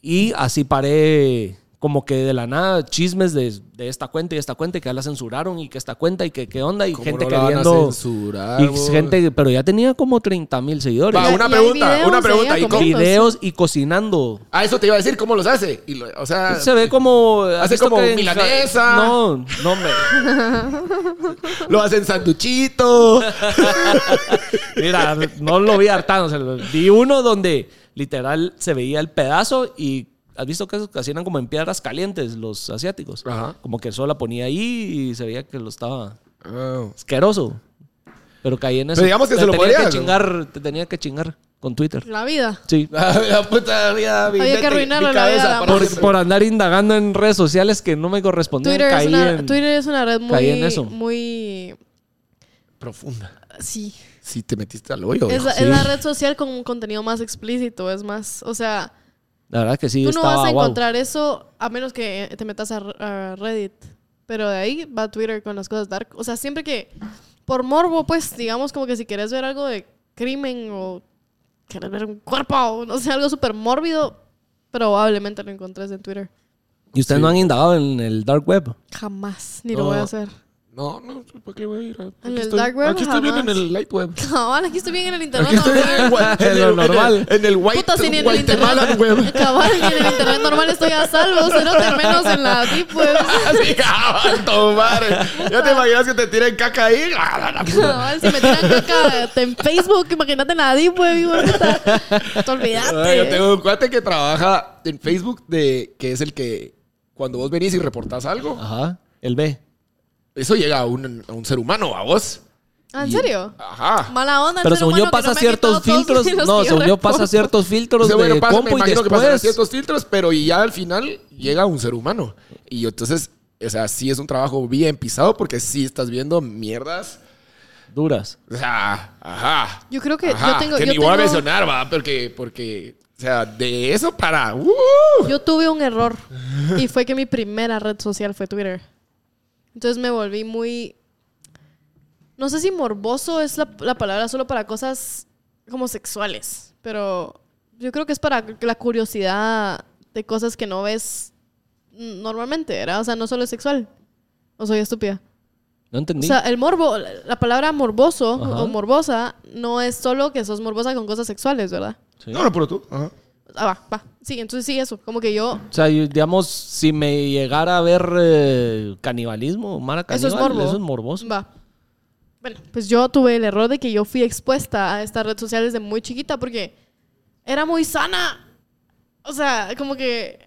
C: Y así paré como que de la nada chismes de, de esta cuenta y esta cuenta y que ya la censuraron y que esta cuenta y que qué onda y
B: ¿Cómo
C: gente
B: no la van a
C: queriendo...
B: censurar,
C: y
B: vos?
C: gente, pero ya tenía como 30 mil seguidores.
B: Va,
A: Y-
B: Ah,
A: y
B: una
A: hay
B: pregunta,
A: videos
B: una
A: de
B: pregunta.
A: ella
B: ¿Y cómo?
A: comiendo.
C: videos y cocinando.
B: Ah, eso te iba a decir, ¿cómo los hace? Y lo- o sea,
C: Se ve como... ¿has
B: Ah, Hace
C: visto
B: como
C: en-
B: milanesa.
C: No, no me...
B: lo hacen sanduchito. [laughs]
C: Mira, no lo vi hartando. o sea, lo- vi uno donde literal se veía el pedazo y... ¿Has visto que esos cocinan como en piedras calientes los asiáticos?
B: Ajá.
C: Como que solo la ponía ahí y se veía que lo estaba...
B: Oh.
C: asqueroso. Pero caí en eso.
B: Pero digamos que
C: Te
B: se lo
C: tenía
B: podría,
C: que
B: ¿no?
C: chingar, Te tenía que chingar con Twitter.
A: La vida.
C: Sí.
B: La, la puta vida, mi
A: Había que
B: mente,
A: arruinarlo,
B: mi
A: la vida,
B: cabeza,
A: la
B: Ah, para
A: madre.
C: Por,
B: siempre.
C: por andar indagando en redes sociales que no me correspondían,
A: Twitter es,
C: caí
A: una,
C: en-
A: Twitter es una red
C: caí en
A: muy...
C: eso.
A: Muy...
B: Profunda.
A: Sí.
B: Si te metiste al hoyo.
A: Es,
B: hijo.
A: la-
C: sí.
A: es la red social con un contenido más explícito, es más... O sea,
C: La verdad que sí
A: tú no
C: estaba
A: vas a
C: guau.
A: encontrar eso a menos que te metas a, r- a Reddit. Pero de ahí va Twitter con las cosas dark. O sea, siempre que... Por morbo, pues, digamos como que si quieres ver algo de crimen o... Quieres ver un cuerpo o no sé, algo súper mórbido, probablemente lo encontres en Twitter.
C: ¿Y ustedes no han indagado en el dark web?
A: Jamás, ni lo voy a
B: No.
A: hacer.
B: No, no, pues, ¿para qué voy a ir? a- Aquí
A: el
B: Oh, estoy-
A: dark web
B: Aquí estoy bien en
A: jamás.
B: el
A: [laughs]
B: light web.
A: Cabal, aquí estoy bien en el
B: Aquí
A: internet
B: estoy bien en el
A: normal.
B: gua- en
C: En lo
B: el- en el-
C: normal.
B: En el white,
A: Puta, si ni en el
B: Guatemalan
A: internet.
B: web.
A: Cabal, ni en el internet normal estoy a salvo, cerote, al menos en la deep
B: [laughs]
A: web.
B: Así, cabal, tomar. ah, Ya te imaginas que te tiren caca ahí. Ah, la- la puta.
A: Cabal, si me tiran caca en Facebook, imagínate en la deep web, hijo de puta. Te
B: Ah, Yo
A: olvidaste.
B: tengo un cuate que trabaja en Facebook, de, que es el que cuando vos venís y reportás algo,
C: Ajá. El B.
B: eso llega a un, a un ser humano, a vos.
A: Ah, ¿En serio?
B: Ajá.
A: Mala onda. el
C: Pero
A: ser
C: según yo
A: humano que
C: pasa
A: no me ha quitado
C: ciertos
A: todos los
C: filtros.
A: hilos
C: No,
A: que yo
C: según yo pasa
A: recuerdo.
C: ciertos filtros
B: Entonces,
C: de
B: bueno, pasa, me
C: compu y
B: imagino que pasarán
C: después.
B: ciertos filtros, pero y ya al final llega un ser humano. Y entonces, o sea, sí es un trabajo bien pisado porque sí estás viendo mierdas.
C: Duras.
B: O sea, ajá.
A: Yo creo que yo
B: ajá,
A: tengo-
B: Que
A: yo
B: ni voy a
A: tengo-
B: mencionar, va, porque, porque, o sea, de eso para. ¡uh!
A: Yo tuve un error y fue que mi primera red social fue Twitter. Entonces me volví muy... No sé si morboso es la, la palabra solo para cosas como sexuales, pero yo creo que es para la curiosidad de cosas que no ves normalmente, ¿verdad? O sea, no solo es sexual. O soy estúpida.
C: No entendí.
A: O sea, el morbo, la la palabra morboso
C: Ajá.
A: o morbosa no es solo que sos morbosa con cosas sexuales, ¿verdad?
C: Sí.
B: No, no, pero tú. Ajá.
A: Ah, va, va. Sí, entonces sí, eso. Como que yo
C: O sea, yo, digamos, si me llegara a ver eh, canibalismo, mara
A: Eso
C: caníbal,
A: es morbo.
C: eso es morboso.
A: Va. Bueno, pues yo tuve el error de que yo fui expuesta a esta red social desde muy chiquita porque era muy sana. O sea, como que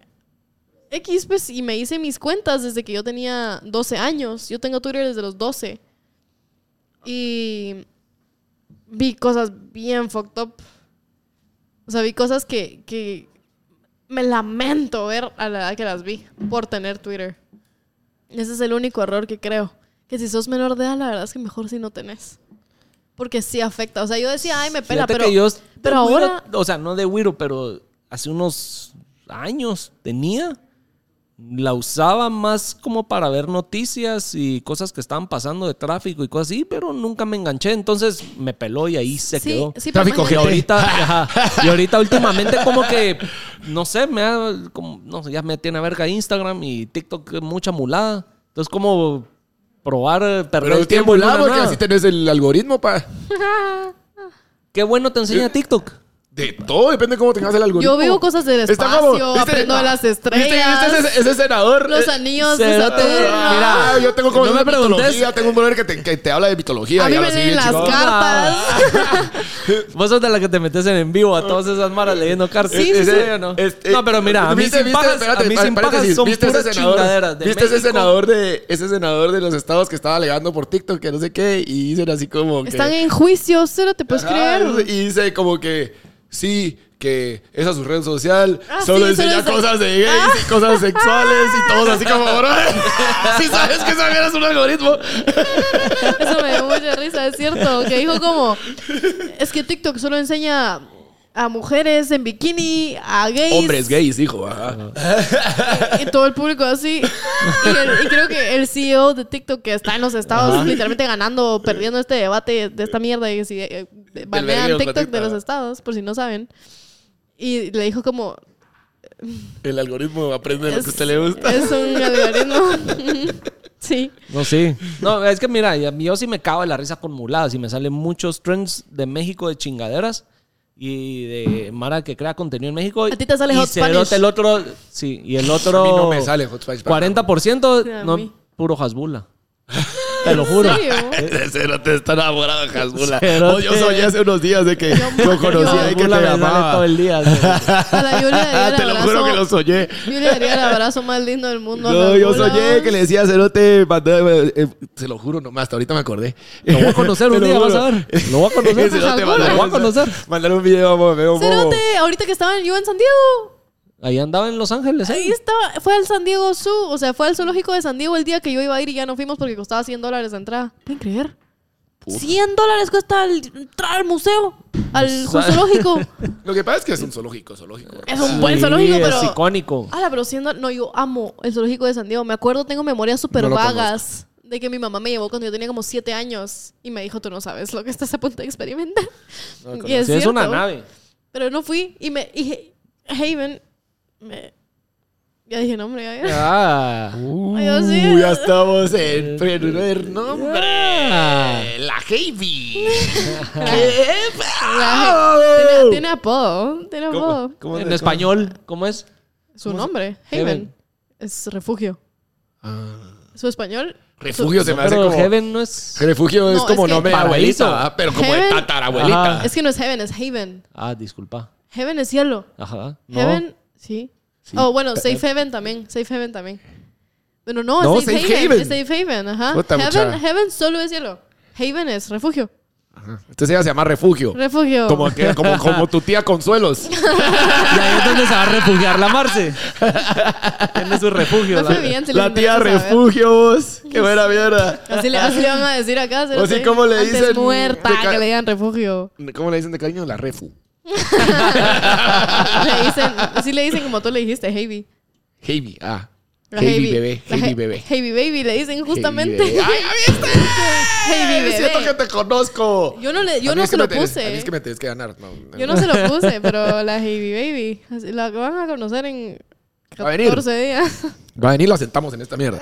A: X, pues, y me hice mis cuentas desde que yo tenía 12 años. Yo tengo Twitter desde los 12. Y vi cosas bien fucked up. O sea, vi cosas que, que me lamento ver a la edad que las vi por tener Twitter. Ese es el único error que creo. Que si sos menor de edad, la verdad es que mejor si no tenés. Porque sí afecta. O sea, yo decía, ay, me pela,
C: Fíjate
A: pero,
C: que yo de
A: pero
C: güiro-
A: ahora...
C: o sea, no de Wiro, pero hace unos años tenía. La usaba más como para ver noticias y cosas que estaban pasando de tráfico y cosas así, pero nunca me enganché. Entonces me peló y ahí se
A: Sí,
C: quedó.
A: sí, pero
B: Tráfico
A: imagínate-
C: Y
B: gente.
C: ahorita,
B: [laughs]
C: ajá, y ahorita últimamente como que, no sé, me ha, como, no sé, ya me tiene verga Instagram y TikTok es mucha mulada. Entonces como probar, eh, perder
B: Pero tiempo
C: el tiempo en una
B: volado porque
C: nada.
B: así tenés el algoritmo para.
C: Qué bueno te enseña TikTok.
B: De todo, depende de cómo tengas el algoritmo.
A: Yo veo cosas del
B: Está
A: espacio,
B: ¿viste?
A: aprendo de las
B: ¿Viste,
A: estrellas,
B: viste ese, ese senador?
A: Los
B: Eh,
A: anillos de
C: cerote,
A: Saturno.
C: mira,
B: Ah, yo tengo como
C: No
B: una
C: me preguntes.
B: mitología, tengo un brother que te, que te habla de mitología.
A: a
B: y
A: mí
B: habla
A: me
B: así
A: leen
B: bien
A: las
B: chingón.
A: cartas.
B: [laughs]
C: Vos sos de la que te metes en en vivo a todas esas maras leyendo cartas.
B: Sí,
C: ¿En
B: sí,
C: serio
B: sí.
C: no?
B: Este,
C: no, pero mira, a mí
B: ¿viste-
C: sin
B: viste?
C: pajas,
B: Espérate,
C: a mí sin
B: paréntesis,
C: pajas son
B: ¿viste
C: puras
B: ese senador?
C: chingaderas de
B: ¿Viste ese
C: México?
B: senador de ese senador de los estados que estaba alegando por TikTok que no sé qué y dicen así como que
A: Están en juicio, cero te
C: pues,
A: puedes
B: Ajá,
A: creer.
B: Y dice como que sí, que esa es su red social,
A: Ah,
B: solo
A: sí,
B: enseña
A: solo ense-
B: cosas de gays y
C: Ah.
B: cosas sexuales y todos así
C: [laughs]
B: como, bro, si sabes que esa mierda es un algoritmo.
A: [laughs] Eso me dio mucha risa, es cierto. Que dijo como, es que TikTok solo enseña a mujeres en bikini, a gays.
B: Hombres gays, hijo, ajá.
A: Y todo el público así. Y, el- y creo que el CEO de TikTok que está en los estados literalmente ganando, perdiendo este debate de esta mierda y si eh,
B: vergueo
A: banean
B: con
A: TikTok de
B: TikTok.
A: los estados, por si no saben. Y le dijo como,
B: El algoritmo aprende lo
A: es,
B: que a usted le gusta.
A: es un algoritmo. [laughs] sí.
C: No, sí. No, es que mira, ya- yo sí me cago de la risa con muladas y me salen muchos trends de México de chingaderas y de Mara que crea contenido en México.
A: A ti te sale
C: y
A: Hot
C: cerote
A: Spanish.
C: el otro, sí, y el otro...
B: A mí no me sale Hot Spanish, para
C: 40%
A: A
C: no,
A: mí.
C: puro jasbula. Te lo juro.
A: ¿En
B: [laughs]
A: serio?
B: Ese cerote está enamorado de Hasbula.
C: Cerote.
B: Oh, yo soñé hace unos días de que lo conocía y que te
C: Hasbula me sale todo
B: llamaba.
C: el
B: [laughs]
C: día. cerote.
A: A la Julia daría el
B: Ah, Te lo juro que lo
A: abrazo.
B: soñé.
A: Yo le daría el abrazo más lindo del mundo. a
B: No,
A: los
B: yo
A: Bulldogs.
B: soñé que le decía a Cerote, mandame, eh, se lo juro nomás, hasta ahorita me acordé.
C: Lo voy a conocer
B: Te
C: un
B: lo
C: día,
B: juro.
C: vas a ver. Lo
B: [laughs]
C: voy a conocer.
B: Cerote,
A: Lo
B: mandar-
C: voy a conocer.
B: Mandar un video, vamos, veo un
A: Cerote, ahorita que estaba yo en San Diego.
C: Ahí andaba en Los Ángeles.
A: Ahí
C: ¿eh?
A: estaba, fue al San Diego Zoo, o sea, fue al zoológico de San Diego el día que yo iba a ir y ya no fuimos porque costaba 100 dólares la entrada. ¿Pueden creer? 100 dólares cuesta el- entrar al museo, al
C: Sa-
B: [laughs]
A: zoológico.
B: Lo que pasa es que es un zoológico, zoológico.
A: Es un buen
C: Sí,
A: zoológico, pero...
C: Es icónico.
A: Ah, pero siendo... No, yo amo el zoológico de San Diego. Me acuerdo, tengo memorias súper
B: No lo
A: vagas de que mi mamá me llevó cuando yo tenía como siete años y me dijo, tú no sabes lo que estás a punto de experimentar. [laughs] y
C: Sí, es una
A: cierto.
C: nave.
A: Pero no fui y me... Y Haven me, Ya dije, no, hombre, ya, ya.
C: Ah.
B: Uh,
A: Ay, Dios mío.
B: ya estamos
C: [laughs]
B: en primer nombre.
C: Ah.
B: La
A: [laughs]
B: Heavy. ¡Qué bravo!
A: Tiene, tiene apodo, tiene apodo.
B: ¿Cómo- cómo-
C: en
B: cómo-
C: español, ¿cómo es?
A: Su
C: cómo se-
A: nombre,
C: Heaven.
A: Haven, es refugio.
B: Ah.
A: Su español,
B: Refugio se me hace
C: Pero
B: como.
C: Heaven no es.
B: Refugio es
A: No,
B: como
A: es que-
B: nombre de abuelita,
C: Abuelito.
B: ¿ah? pero como de
A: Heaven.
B: tatarabuelita.
C: Ajá.
A: es que no es Heaven, es Haven.
C: Ah, disculpa.
A: Heaven es cielo.
C: Ajá. No.
A: Heaven, sí.
B: Sí. Eh,
A: Oh, bueno, Safe Haven también. Safe Haven también. Bueno, no,
B: No,
A: es Safe,
B: Safe
A: Haven.
B: Haven.
A: Es Safe Haven, ajá.
B: Puta, mucha.
A: Heaven, Heaven solo es cielo. Haven es refugio.
B: Ajá. Entonces ella se llama Refugio.
A: Refugio.
B: Como, que- como, como tu tía Consuelos.
C: [laughs] Y ahí es donde se va a refugiar
A: [laughs]
C: la Marce. Tiene su
A: [laughs]
C: refugio.
A: No
C: la-
A: fue bien, si les
B: La tía
A: interesa saber. [laughs]
B: Refugios. Qué buena mierda.
A: Así le, así le van a decir acá.
B: O sí,
A: cerote.
B: ¿cómo le
A: Antes
B: dicen?
A: muerta,
B: De ca-
A: que le digan
B: [laughs]
A: refugio. [laughs]
B: ¿Cómo le dicen de cariño? La Refu.
A: le dicen, así le dicen como tú le dijiste, Heavy.
B: Heavy. Ah.
A: La
B: Heavy bebé.
A: La
B: Heavy
A: he-
B: bebé.
A: Heavy baby, le dicen justamente. [laughs]
B: Heavy bebé. ¡Ay, ya viste!
A: Heavy bebé.
B: Siento que te conozco.
A: Yo no, le,
B: A
A: yo
B: mí
A: no
B: es que
A: se lo
B: me tenés- a mí
A: puse. ¿eh?
B: es que me tenés que ganar. No, no.
A: Yo no se lo puse, pero la Heavy Baby. así- La van a conocer en
B: Va a venir.
A: 14 días. [laughs]
B: Va a venir, lo sentamos en esta mierda.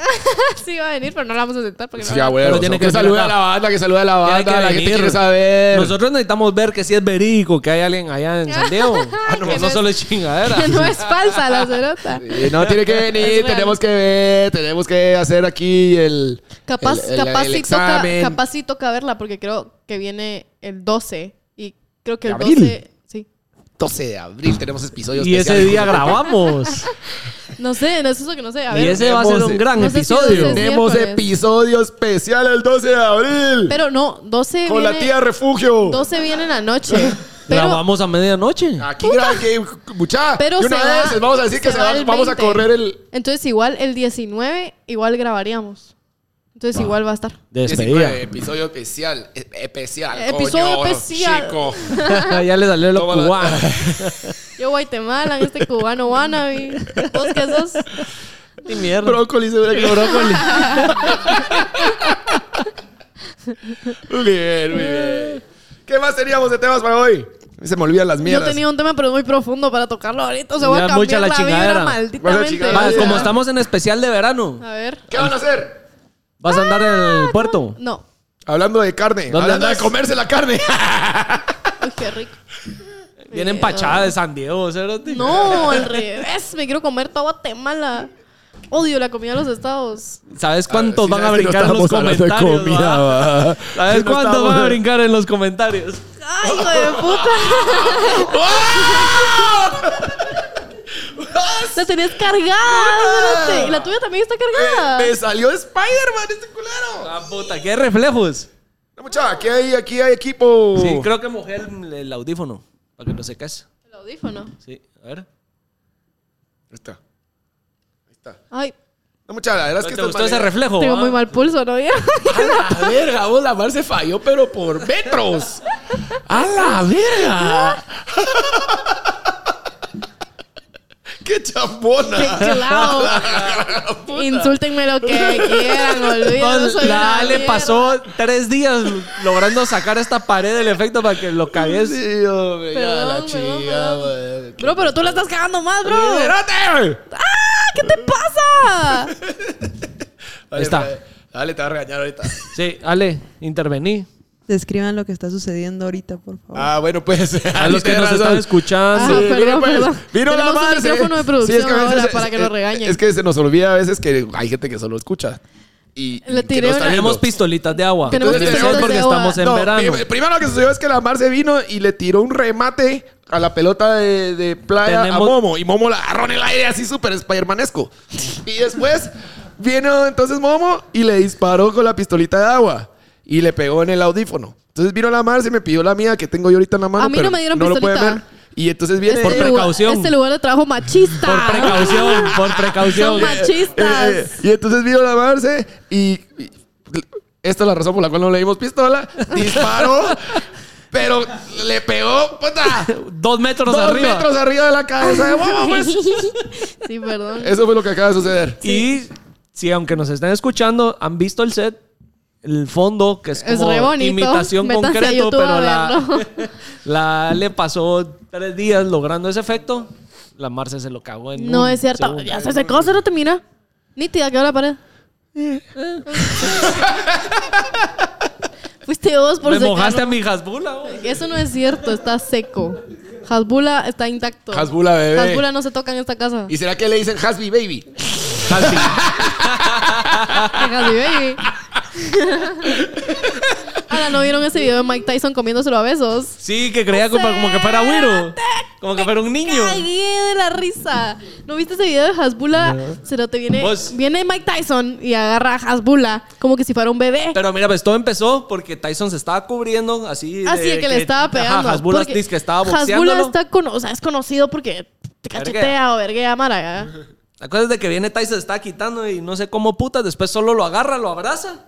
A: sí, va a venir, pero no la vamos a aceptar porque
B: Sí,
A: no.
B: ya, güey.
C: Pero tiene
B: Que,
C: que venir
B: saluda a
C: acá.
B: la banda, que saluda a la
C: Tiene
B: banda.
C: que
B: la gente
C: venir.
B: quiere saber.
C: Nosotros necesitamos ver que si es verídico que hay alguien allá en San Diego. Ah, no,
A: [laughs] Que
C: no
A: no
C: solo es
A: [laughs]
C: chingadera.
A: Que [laughs] no es falsa la cerota.
B: Sí, no, tiene
A: [laughs]
B: que venir,
A: real.
B: tenemos que ver, tenemos que hacer aquí el.
A: Capaz,
B: el- el-
A: capaz,
B: el
A: sí toca,
B: examen.
A: capaz sí toca verla porque creo que viene el 12 y creo que el
B: ¿De abril?
A: 12... Sí.
B: 12 de abril tenemos episodios
C: Y ese
A: [laughs]
C: día grabamos.
A: No sé, no es eso que no sé. A
C: y
A: ver,
C: ese va a ser un gran
A: eh. No sé si
C: episodio.
A: ese es-
B: Tenemos
A: miércoles.
B: episodio especial el 12 de abril.
A: pero no, 12
B: con la
A: viene-
B: tía Refugio.
A: 12 viene en la noche. Pero,
C: Grabamos a medianoche.
B: Aquí gran game, mucha.
A: pero
B: y una
A: se
B: vez
A: va-
B: les vamos a decir que
A: se
B: se
A: va
B: va-
A: el
B: vamos a
A: 20.
B: correr el.
A: entonces igual el 19 igual grabaríamos. Entonces igual va a estar.
C: Despedida.
B: 19, episodio especial. e- Especial.
A: Episodio
B: coño,
A: especial.
B: Chico.
C: [laughs] ya le salió lo
B: Toma la- [laughs]
C: cubano.
A: Yo Guatemala, este cubano wannabe. ¿Vos qué sos?
C: Ni mierda.
B: Brócoli, seguro que
A: [laughs]
B: brócoli. muy bien, muy bien. ¿Qué más teníamos de temas para hoy? A mí Se me olvidan las
A: Yo
B: mierdas.
A: tenía un tema, pero es muy profundo para tocarlo ahorita. Se
C: Ya
A: va a cambiar
C: mucha la
A: la,
C: chingadera.
A: vibra malditamente.
B: Mucha
C: Va,
B: chingadera.
C: Ah, como estamos en especial de verano,
A: A ver.
B: ¿Qué van a hacer?
C: vas a andar en el puerto.
A: Ah, No.
B: Hablando de carne.
C: ¿Dónde
B: Hablando
C: andas?
B: de comerse
A: [laughs]
B: la carne.
A: Uy, qué rico.
C: Viene
A: Eh,
C: empachada de San Diego, cerote.
A: No, al revés. Me quiero comer toda Guatemala. Odio la comida de los estados.
C: ¿Sabes
B: Ah,
C: cuántos
B: Sí,
C: van a
B: sabes que no
C: brincar en los
B: estamos hablando de
C: comentarios?
B: comida,
C: va?
B: va.
C: ¿Sabes
B: Sí, no
C: cuántos
B: estamos-
C: van a brincar en los comentarios?
A: ¡Ay, hijo de puta! ¡La tenés cargada! espérate. Y la tuya también está cargada.
B: Me salió Spider-Man este culero.
C: Ah, puta, qué reflejos.
B: No, mucha, aquí hay, aquí hay equipo.
C: Sí, creo que mojé el, el audífono para que no se case.
A: El audífono.
C: Sí, a ver.
B: Ahí está. Ahí está.
A: Ay,
B: No, mucha, la verdad es que
C: ¿Te
B: estas
C: gustó ese
B: maneras-
C: reflejo?
A: tengo
C: va?
A: muy mal pulso, ¿no? [laughs] Ya.
B: A la verga, vos la Mar se falló, pero por metros. A
A: [laughs]
B: la verga. [laughs] Qué chambona.
A: ¡Qué clavo! Insúltenme lo que quieran,
C: No,
A: olviden. no soy
C: la
A: una
C: Ale
A: mierda.
C: pasó tres días logrando sacar esta pared del efecto para que lo cagues.
B: Sí, hombre, ya
A: Perdón,
B: la
A: perdón,
B: chica,
A: perdón.
B: güey.
A: Bro, pero tú la estás cagando más, bro.
B: ¡Espérate!
A: ¿Qué te pasa?
B: Ahí
C: está.
B: Dale, te va a regañar ahorita.
C: Sí, Ale, intervení.
D: Describan lo que está sucediendo ahorita, por
A: Oh.
D: favor.
B: Ah, bueno, pues. [laughs]
C: A los que
B: tienes
C: nos
B: razón.
C: están escuchando.
A: Ah,
B: Sí,
A: perdón,
B: mira, pues,
A: perdón.
B: Vino eh. la
A: Tenemos un
B: madre.
A: micrófono de producción
B: a veces
A: ahora para que lo regañen.
B: Es que se nos olvida a veces que hay gente que solo escucha. Y,
A: Le
B: que
A: tiré una-
B: no está viendo.
C: Tenemos pistolitas de agua.
A: Tenemos
C: Entonces,
B: pistolitas
C: porque
A: de agua.
C: estamos en
B: No,
C: verano.
B: prim- Primero lo que sucedió es que la Mar se vino y le tiró un remate a la pelota de, de playa
C: Tenemos-
B: a Momo. Y Momo la agarró en el aire así súper spidermanesco. Y después vino entonces Momo y le disparó con la pistolita de agua. Y le pegó en el audífono. Entonces vino la Mar, se me pidió la mía que tengo yo ahorita en la mano.
A: A mí no
B: pero
A: me dieron
B: lo pueden
A: pistolita.
B: ver. Y entonces viene... [laughs] eh,
C: Por
A: lugar-
C: precaución.
A: Este lugar de trabajo machista. [laughs]
C: Por precaución, por
A: Son
C: precaución.
A: machistas.
B: Eh, eh, y entonces vino la Marce y, y- esta es la razón por la cual no le dimos pistola. Disparó, [laughs] pero le pegó puta,
C: Dos metros
B: dos
C: arriba.
B: metros arriba de la cabeza de
A: [laughs]
B: Momo, pues.
A: sí,
C: Eh,
A: perdón.
B: Eso fue lo que acaba de suceder.
C: Y si aunque nos están escuchando, han visto el set, el fondo, que es
A: Es
C: como
A: re bonito.
C: imitación
A: Métanse a
C: concreto,
A: YouTube
C: pero
A: a
C: [laughs] la,
A: verlo.
C: la le pasó tres días logrando ese efecto. La Marce se lo cagó en
A: No
C: un
A: es cierto.
C: segundo.
A: Ya se secó, se te mira. Nítida, quedó la pared.
C: Eh.
A: Fuiste vos por
C: Me
A: secarlo.
C: mojaste a mi jasbula, güey.
A: Eso no es cierto, está seco. Hasbula está intacto.
B: Hasbula, bebé.
A: Hasbula no se toca en esta casa. [laughs]
B: ¿Y será que le dicen Hasby Baby?
A: Hasbi
C: [laughs]
A: Baby. Ahora, ¿no vieron ese video de Mike Tyson comiéndoselo a besos?
C: Sí, que creía como, como que fuera güero. Como que fuera un niño.
A: Cagué de la risa. ¿No viste ese video de Hasbula? Se lo te viene.
C: Vos-
A: Viene Mike Tyson y agarra a Hasbula como que si fuera un bebé.
C: Pero mira, pues todo empezó porque Tyson se estaba cubriendo así.
A: Así
C: de
A: Ah, que, le estaba pegando.
C: Ajá, Hasbula
A: porque
C: dice que estaba
A: Hasbula
C: boxeándolo.
A: está con, o sea, es conocido porque te cachetea
C: Verguea.
A: o verguea mara. ¿eh? ¿ya?
C: La cosa es de que viene Tyson, se está quitando y no sé cómo putas. Después solo lo agarra, lo abraza.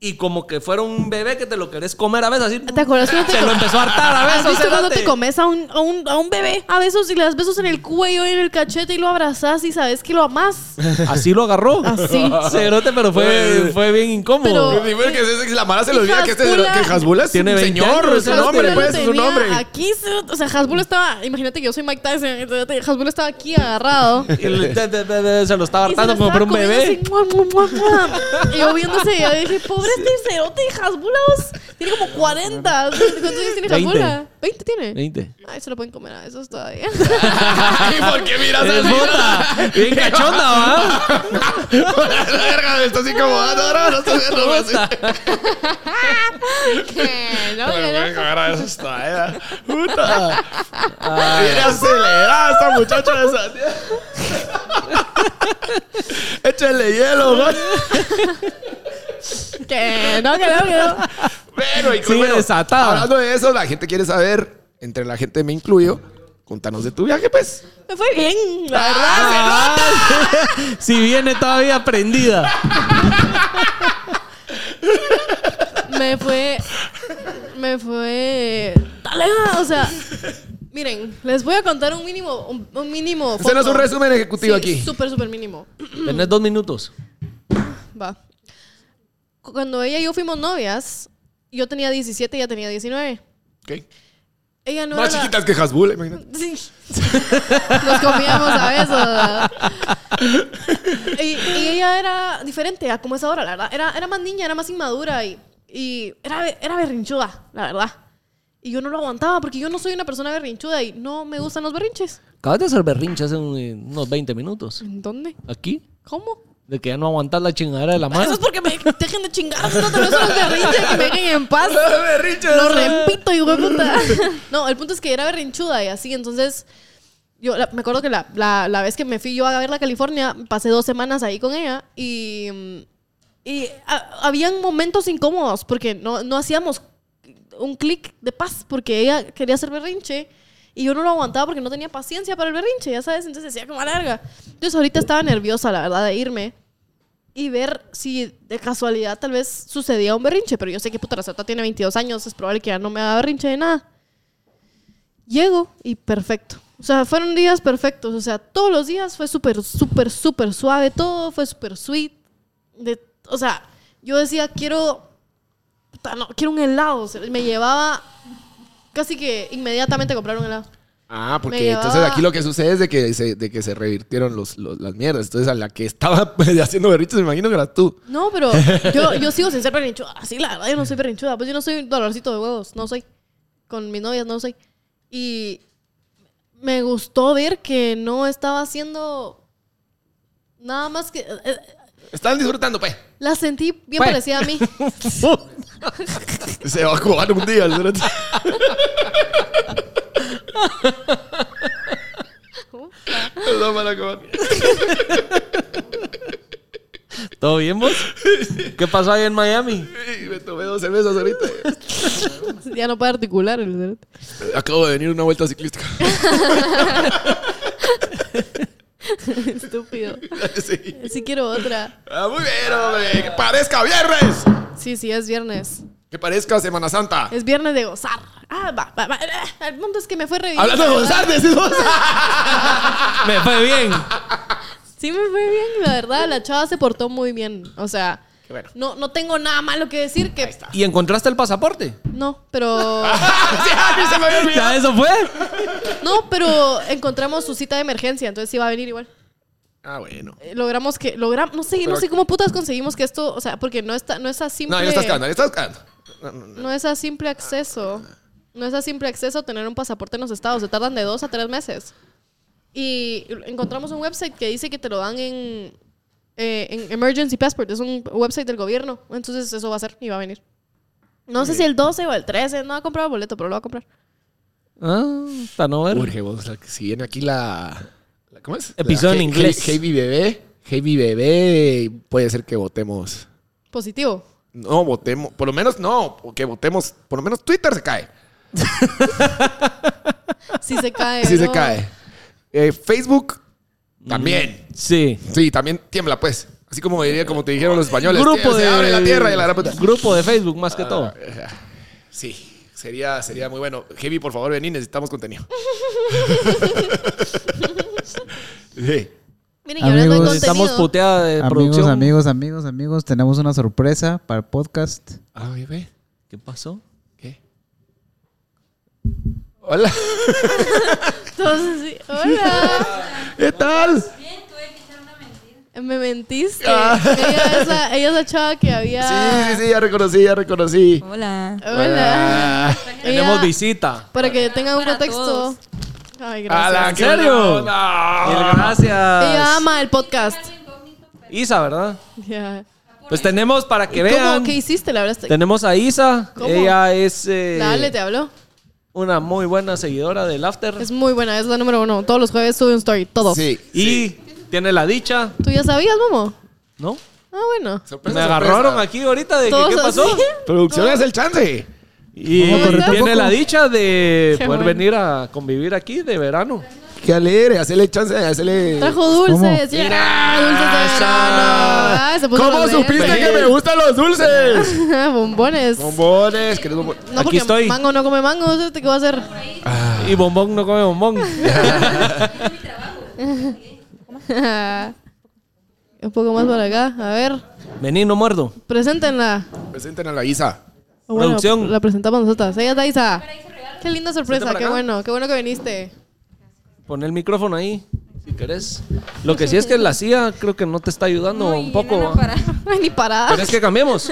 C: Y como que fuera un bebé que te lo querés comer a veces. Así,
A: ¿Te acuerdas cuando te
C: Se lo
A: com-
C: empezó a hartar
A: ¿Has
C: a besos.
A: visto cuando
C: cerote?
A: te comes a un, a, un, a un bebé a besos y le das besos en el cuello y en el cachete y lo abrazas y sabes que lo
C: [laughs]
A: amás?
C: Así lo agarró.
A: Así.
C: [laughs] Cerote, pero fue, fue bien incómodo.
A: Pero-
B: Pues, bueno, que se- la Mara se le olvida que, este,
A: Hasbula-
B: que Hasbula es
C: Tiene
B: un
C: 20
B: señor,
C: años,
B: es un
C: Hasbula
B: hombre,
A: lo
B: pues, es un
A: tenía
B: hombre.
A: Aquí, cerote. o sea, Hasbula estaba, imagínate que yo soy Mike Tyson, entonces Hasbula estaba aquí
C: [laughs]
A: agarrado.
C: Y le- te- te- te- te- se lo estaba
A: Y se lo
C: hartando como por un
A: estaba
C: bebé.
A: comiendo así, mua, mua, mua, mua. Y yo viéndose, yo dije, pobre este cerote de Hasbula, vos, tiene como 40. ¿Cuántos años tiene
C: Veinte.
A: Hasbula? ¿20 tiene?
C: 20.
A: Ay, se lo pueden comer a esos todavía.
B: ¿Y por qué miras
C: Es
B: así?
C: Eh, puta. Bien cachonda, ¿va?
A: [laughs]
B: la verga, me está así como, ah, no, no, no, estoy viendo, así.
A: [laughs] Que no,
B: Pero,
A: que
B: güey,
A: no.
B: ahora eso está, eh. Puta. Viene acelerada esta muchacha de Santiago. [laughs] Échale hielo, güey.
A: Que no, que no, que no.
B: Bueno, y
C: Sigue
B: bueno,
C: desatada.
B: Hablando de eso, la gente quiere saber, entre la gente me incluyo, contanos de tu viaje, pues.
A: Me fue bien, la verdad.
C: Ah. [laughs] Si viene todavía
A: [laughs]
C: prendida.
A: Me fue. Me fue. Dale, ah, o sea. Miren, les voy a contar un mínimo. Un, un mínimo.
B: Ese no es un resumen ejecutivo aquí.
A: Súper, súper mínimo.
C: Tenés dos minutos.
A: Va. Cuando ella y yo fuimos novias, yo tenía 17 y ella tenía 19.
B: Ok.
A: Ella no
B: Más
A: era la-
B: chiquitas que Hasbula, imagínate.
A: Sí. Nos comíamos a eso. Y, y ella era diferente a como es ahora, la verdad. Era, era más niña, era más inmadura y, y era, era berrinchuda, la verdad. Y yo no lo aguantaba porque yo no soy una persona berrinchuda y no me gustan los berrinches.
C: Acabas de hacer berrinche hace un- unos 20 minutos.
A: ¿En dónde?
C: Aquí.
A: ¿Cómo?
C: De que ya no aguantas la chingadera de la mano.
A: Eso es porque me dejen de chingar. No te los berrinches que me dejen en paz. Lo repito, y de puta. No, el punto es que era berrinchuda y así, entonces. Yo la- me acuerdo que la, la- la vez que me fui yo a verla a California, pasé dos semanas ahí con ella y. mm, Y ha- habían momentos incómodos porque no, no hacíamos un clic de paz porque ella quería hacer berrinche y yo no lo aguantaba porque no tenía paciencia para el berrinche, ya sabes, entonces decía como larga. Entonces ahorita estaba nerviosa, la verdad, de irme y ver si de casualidad tal vez sucedía un berrinche, pero yo sé que puta la Sarta tiene 22 años, es probable que ya no me haga berrinche de nada. Llego y perfecto. O sea, fueron días perfectos. O sea, todos los días fue súper, súper, súper suave. Todo fue súper sweet. De, o sea, yo decía, quiero... puta, no, quiero un helado. O sea, me llevaba casi que inmediatamente a comprar un helado.
B: Ah, porque
A: Me
B: entonces
A: llevaba-
B: aquí lo que sucede es de que se, de que se revirtieron los, los- las mierdas. Entonces a la que estaba [laughs] pues, haciendo berritos, me imagino que eras tú.
A: No,
B: [laughs]
A: pero yo, yo sigo sin ser berrinchuda. Así, la verdad, yo no soy berrinchuda. Pues yo no soy un dolorcito de huevos. No soy. Con mis novias no soy. Y me gustó ver que no estaba haciendo nada más que... eh, eh,
B: Están disfrutando, pues.
A: La sentí bien
C: Pues.
A: parecida a
B: [laughs]
A: mí.
C: [laughs]
B: Se va a jugar un día.
A: [laughs]
B: el cerote. Perdón, mala cobar.
C: ¿Todo bien vos? ¿Qué pasó ahí en Miami?
B: Ey, Me tomé dos cervezas ahorita.
A: ya no puede articular el
B: [laughs]
A: cerote.
B: Eh, Acabo de venir una vuelta ciclística. [laughs]
A: Estúpido.
B: Sí.
A: Sí quiero otra.
B: Ah, muy bien, hombre. Que parezca viernes.
A: Sí, sí, es viernes.
B: Que parezca Semana Santa.
A: Es viernes de gozar. Ah, va, va, va. Ah, El punto es que me fue re bien,
B: Hablando de
A: la verdad.
B: González, ¿sí?
C: Me fue bien.
A: Sí me fue bien, la verdad. La chava se portó muy bien. O sea,
C: Qué
B: Bueno.
A: No, no tengo nada malo que decir que...
C: ¿Y encontraste el pasaporte?
A: No, pero...
B: [laughs] ¡Ah, sí, se me había olvidado!
C: ¿Ya eso fue?
A: No, pero encontramos su cita de emergencia, entonces sí va a venir igual.
B: Ah, bueno.
A: Eh, Logramos que... logramos no sé, no
B: Pero-
A: sé cómo putas conseguimos que esto... O sea, porque no, está, no es a simple...
B: No, ya estás cagando, ya estás cagando. No, no, no.
A: No es a
B: Ah,
A: simple acceso. No es a simple acceso tener un pasaporte en los estados. Se tardan de dos a tres meses. Y encontramos un website que dice que te lo dan en, eh, en Emergency Passport. Es un website del gobierno. Entonces eso va a ser y va a venir. No sé si el 12 o el 13. No ha comprado el boleto, pero lo va a comprar.
C: Ah, para no ver.
B: Urge vos, la que- si viene aquí la, la- ¿Cómo es?
C: Episodio
B: La-
C: en
B: Hey-
C: inglés.
B: Hey, hey, bebé. Hey, mi bebé. Puede ser que votemos.
A: Positivo.
B: No, votemos. Por lo menos no. o Que votemos. Por lo menos Twitter se cae.
A: Si [laughs] se cae.
B: Sí se
A: ¿no?
B: cae. Eh, Facebook
C: Mm.
B: también.
C: Sí.
B: Sí, también tiembla, pues. Así como diría, como te dijeron los españoles.
C: grupo
B: "Tío, se
C: de
B: abre la tierra y la gran puta". Ah,
C: grupo de Facebook más que todo.
B: Sí, sería, sería muy bueno. Heavy, por favor, vení, necesitamos contenido. [laughs] sí.
A: Miren, y hablando de
E: Amigos,
A: contenido.
C: Estamos puteada de
E: amigos,
C: producción.
E: amigos, amigos, amigos, tenemos una sorpresa para el podcast.
B: Ah, bebé.
C: ¿Qué pasó?
B: ¿Qué? Hola.
A: Entonces, sí. [laughs] Hola.
B: ¿Qué tal?
A: Me mentiste. Ella, es la, ella es la chava que había.
B: Ah. Sí, sí, sí, ya reconocí, ya reconocí.
F: Hola.
A: Hola.
B: Ah,
A: Ella-
C: Tenemos visita.
A: Para que tengan un
F: Para
A: contexto.
F: todos.
A: Ay,
B: ala,
A: gracias.
B: qué
C: serio?
B: buena onda.
C: Mil gracias.
A: Ella ama el podcast.
C: Isa, ¿verdad?
A: Ya.
C: Pues tenemos para que vean.
A: ¿Cómo? ¿Qué hiciste? La verdad, está-
C: Tenemos a Isa.
A: ¿Cómo?
C: Ella es eh,
A: Dale, te habló.
C: una muy buena seguidora del After.
A: Es muy buena, es la número uno. Todos los jueves sube un story, todo.
B: Sí.
C: y tiene la dicha,
A: ¿Tú ya sabías, Momo?
C: ¿no?
A: Ah, bueno.
B: Sorpresa,
C: Me
B: sorpresa.
C: agarraron aquí ahorita de que,
A: Todos
C: qué pasó.
A: así.
B: Producción es el chance.
C: Y
A: Vamos a correr
C: tiene
A: tampoco.
C: la dicha de
A: Qué
C: poder
A: bueno.
C: venir a convivir aquí de verano.
B: Qué alegre, hacele chance,
A: [laughs]
B: hacele.
A: Trajo dulces. Ya, dulces de verano.
B: Mira,
A: Ay, se puso
B: ¿Cómo
A: los de-
B: supiste que me gustan los dulces?
A: [laughs] Bombones.
B: Bombones, ¿querés bombones?
A: No,
C: Aquí
A: porque
C: estoy.
A: mango no come mango. ¿sí? ¿Qué va a hacer? [laughs]
C: Y bombón no come
B: [laughs]
C: bombón.
A: un poco más para acá. A ver,
C: Vení, no muerdo.
A: preséntenla.
B: Presenten a la Isa.
A: O bueno,
C: Producción.
A: La presentamos nosotras. Ella es Daisa. Qué linda sorpresa,
C: Siéntate para
A: qué
C: acá.
A: bueno, qué bueno que viniste. [laughs]
C: Pon el micrófono ahí, si querés. Lo que sí es que la CIA creo que no te está ayudando un poco. ¿va?
A: Ay, ni parada.
C: ¿Querés que cambiemos?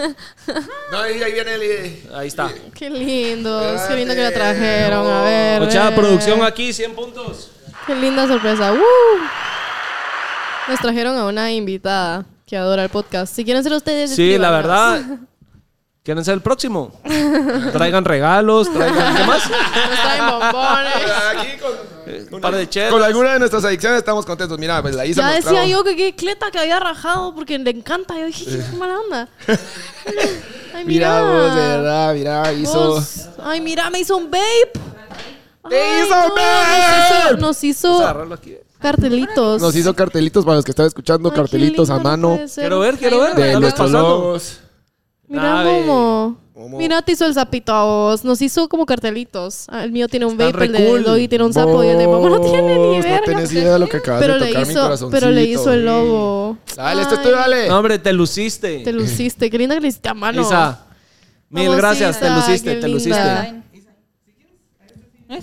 B: No, ahí, ahí viene el. eh,
A: [laughs]
C: Ahí está.
A: Qué lindo, qué lindo que la trajeron. A ver.
C: Mucha
A: eh.
C: producción aquí, 100 puntos.
A: Qué linda sorpresa. ¡Uh! Nos trajeron a una invitada que adora el podcast. Si quieren ser ustedes.
C: Sí, la
A: escríbanos. [laughs]
C: verdad. ¿Quieren ser el próximo? Traigan regalos, traigan... ¿Qué
A: [laughs]
C: más?
A: Nos traen bombones.
B: Aquí con.
C: Un par de chelas.
B: Con alguna de nuestras adicciones estamos contentos. Mira, pues la Isa.
A: Ya
B: nos
A: decía
B: trajo-
A: yo que qué cleta que había rajado porque le encanta. Yo dije, qué mala
C: [laughs]
A: onda. Ay, mira.
B: Mira, vos, de verdad, mira, hizo.
A: Vos- Ay, mira, me hizo un vape.
B: ¡Te
A: Ay,
B: hizo
A: no,
B: vape!
A: Nos hizo, nos hizo
C: Agarrarlo aquí.
A: cartelitos.
B: Nos hizo cartelitos para los que están escuchando,
A: Ay, qué
B: cartelitos a
A: lindo, no
B: mano
A: puede ser.
C: Quiero ver, Ah, quiero ver.
B: de
C: Estamos
B: nuestros
C: pasando.
B: logos.
A: Mira,
C: Nave.
A: Momo.
B: Momo.
A: Mira, te hizo el sapito a vos. Nos hizo como cartelitos. Ah, El mío tiene un
C: Están
A: vape, el
C: re
A: de
C: cool.
A: Doggy tiene un sapo y el de Momo no tiene ni
B: Vos, No
A: verga.
B: tenés idea de lo que acabas
A: pero,
B: de
A: le
B: tocar mi
A: hizo,
B: corazoncito.
A: pero le hizo el logo.
B: Dale, esto es
A: Ay,
B: tuyo, dale.
C: No, hombre, te luciste.
A: Te Ah, luciste. Qué linda que le hiciste a mano.
C: Isa, mil
A: Vamos,
C: gracias, te
A: Isa,
C: luciste,
A: qué linda.
C: te luciste.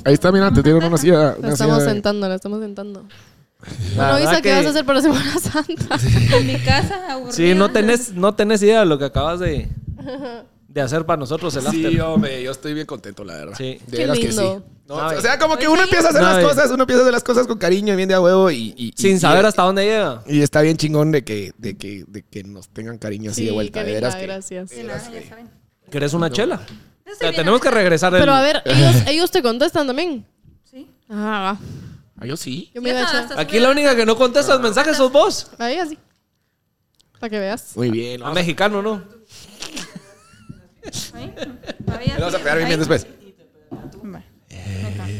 B: Ahí está, mira, te dieron
A: [laughs]
B: una silla.
A: La
B: Una silla
A: estamos
B: de-
A: sentando, la estamos sentando.
C: La
A: Bueno,
C: verdad
A: Isa, ¿qué
C: que-
A: vas a hacer para Semana Santa?
F: En mi casa, aburrida.
C: Sí, no tenés, no tenés idea de lo que acabas de,
A: [laughs]
C: de hacer para nosotros el after.
B: Sí, hombre, yo estoy bien contento, la verdad.
C: Sí.
B: De
A: Qué
B: veras que sí.
A: lindo.
B: No,
C: Ay.
B: o sea, como que uno empieza a hacer las
C: Ay.
B: cosas, uno empieza a hacer las cosas con cariño y bien de a huevo y... y- y-
C: Sin
B: y-
C: saber hasta dónde llega.
B: Y está bien chingón de que, de que, de que nos tengan cariño así de vuelta.
A: qué
B: De
A: linda,
B: veras que...
A: gracias.
F: Sí, nada, ya saben.
C: ¿Querés una chela? O
F: Yo estoy
C: sea,
F: bien
C: tenemos que
F: ahorita.
C: regresar el...
A: Pero a ver, ellos, ellos te contestan también.
F: Sí.
A: Ah, va.
B: Ah, yo sí.
A: yo me iba a
F: Yo no,
A: echar.
F: hasta
C: Aquí la única que no contesta los mensajes sos vos.
A: Ahí así. Para que veas.
B: Muy bien.
C: A
B: Vamos
C: mexicano, ¿no?
F: Ahí, todavía
B: a, vamos a
F: sí.
B: pegar bien,
F: Ahí.
B: bien después.
F: Va.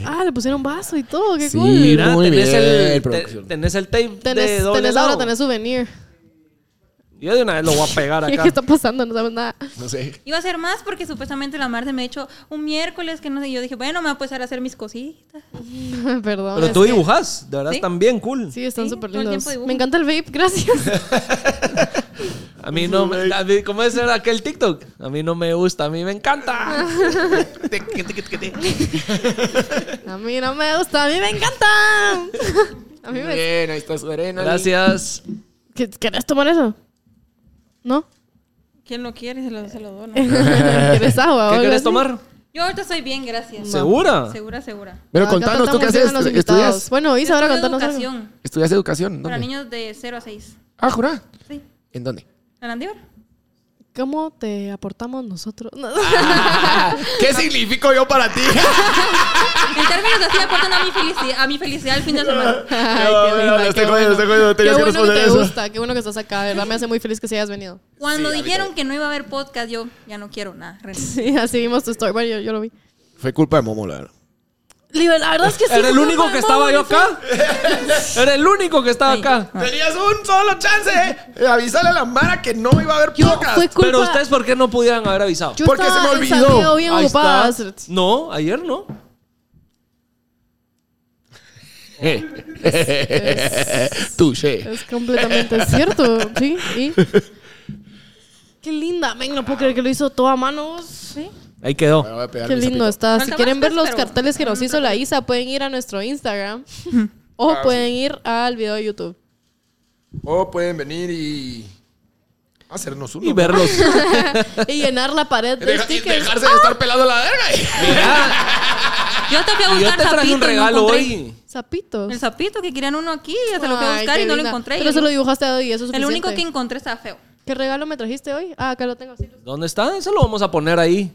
A: Ah, le pusieron vaso y todo, qué
B: Sí.
A: cool.
C: Mira,
B: muy
C: tenés,
B: bien,
C: el, te-
B: producción.
C: tenés el tape de
A: Tenés,
C: doble
A: tenés
C: lado.
A: ahora, tenés souvenir.
C: Yo de una vez lo voy a
A: [laughs]
C: pegar
A: ¿Qué,
C: acá.
A: qué está pasando? No sabes nada. [laughs]
B: No sé.
F: Iba a ser más porque supuestamente la Marce me ha dicho un miércoles que no sé. y Yo dije, bueno, me va a empezar a hacer mis cositas.
A: Perdón.
C: Pero
A: es
C: tú
A: que-
C: dibujas, de verdad
F: ¿Sí?
C: están bien cool.
A: Sí, están
F: Sí,
A: súper
F: todo el
A: [laughs] lindos.
F: tiempo dibujo.
A: Me encanta el vape, gracias.
C: A A mí no me... a mí- ¿Cómo es era aquel TikTok? A mí no me gusta, a mí me encanta.
A: Ah. A mí no me gusta, a mí me encanta. [laughs] A mí me...
B: Bien, ahí está su arena.
C: Gracias.
A: ¿Qué- ¿Querés tomar eso? ¿No? [laughs]
F: ¿Quién lo quiere? Se lo, se lo dono.
A: ¿Quieres agua? o
C: ¿Qué
A: algo
C: quieres
A: así?
C: tomar?
F: [laughs] Yo ahorita estoy bien, gracias.
C: ¿Segura?
F: Segura, segura.
B: Pero
A: Acá
B: contanos, ¿tú qué
A: tratamos bien
B: haces?
A: a los invitados.
B: ¿Estudias?
A: Bueno, Isa,
F: Yo
A: ahora
F: estudio
A: contanos algo.
F: educación
B: ¿Estudias educación?
F: para
B: ¿Dónde?
F: niños de 0 a 6.
B: Ah, jurá.
F: Sí.
B: ¿En dónde?
F: ¿En Andívar?
A: ¿Cómo te aportamos nosotros? [laughs] No. Ah,
B: ¿Qué significo yo para ti?
F: En términos así aportan a mi felicidad, a mi felicidad el fin de semana.
A: Ay,
B: No,
A: qué
B: no,
A: linda,
B: no,
A: qué
B: estoy
A: bueno.
B: jodido, estoy jodido,
A: Qué
B: tenías que
A: bueno que
B: responder
A: te
B: eso.
A: gusta, qué bueno que estás acá, de verdad me hace muy feliz que sí hayas [laughs] venido.
F: Cuando
B: Sí, a mí
F: dijeron
B: también.
F: que no iba a haber podcast, yo ya no quiero nada.
A: [laughs]
F: renuncio.
A: Sí, así vimos tu story, bueno, yo, yo lo vi.
B: Fue culpa de Momo, la verdad.
A: Liber- La verdad es que sí.
C: Era el
A: fue
C: único
A: muy
C: que estaba yo
A: bonito.
C: acá. Era el único que estaba acá.
B: Tenías un solo chance. eh. Avísale a la Mara que no iba a haber
A: Yo
B: podcast.
A: fue culpa.
C: Pero ustedes, ¿por qué no pudieran haber avisado?
A: yo
B: porque se
A: estaba
B: me
A: en
B: olvidó.
A: Santiago bien
C: Ahí
A: ocupada.
C: [laughs] está. No, ayer no.
B: Touché.
A: Es completamente cierto, sí. ¿Y? Qué linda, men, no puedo creer que lo hizo todo a manos.
F: ¿Sí?
C: Ahí quedó.
B: Bueno, voy a pegarle
A: Qué
B: ese
A: lindo
B: pito.
A: está. Si
F: Falta
A: quieren
F: más,
A: ver los
F: pero-
A: carteles que nos hizo la Isa, pueden ir a nuestro
C: [laughs]
A: Instagram
C: Ah,
A: o pueden ir al video de YouTube.
B: O Oh, pueden venir y hacernos uno.
A: [laughs]
C: Y verlos.
A: Y llenar la pared de
B: Deja- y
A: stickers.
B: dejarse de estar pelando la verga.
C: [laughs] Mira,
F: Yo hasta fui a
C: yo
A: [laughs]
F: buscar
C: te traje
F: sapito y
C: un
F: no
C: regalo
F: encontré.
C: hoy.
A: Zapitos.
F: El sapito que querían uno aquí, ya se lo fui a
A: Ay,
F: buscar
A: qué
F: y no lo
A: linda.
F: encontré.
A: Pero
F: Y
A: se lo dibujaste a hoy, eso es
F: el
A: suficiente.
F: único que encontré estaba feo.
A: ¿Qué regalo me trajiste hoy? Ah, acá lo tengo así.
C: ¿Dónde está? Eso lo vamos a poner ahí.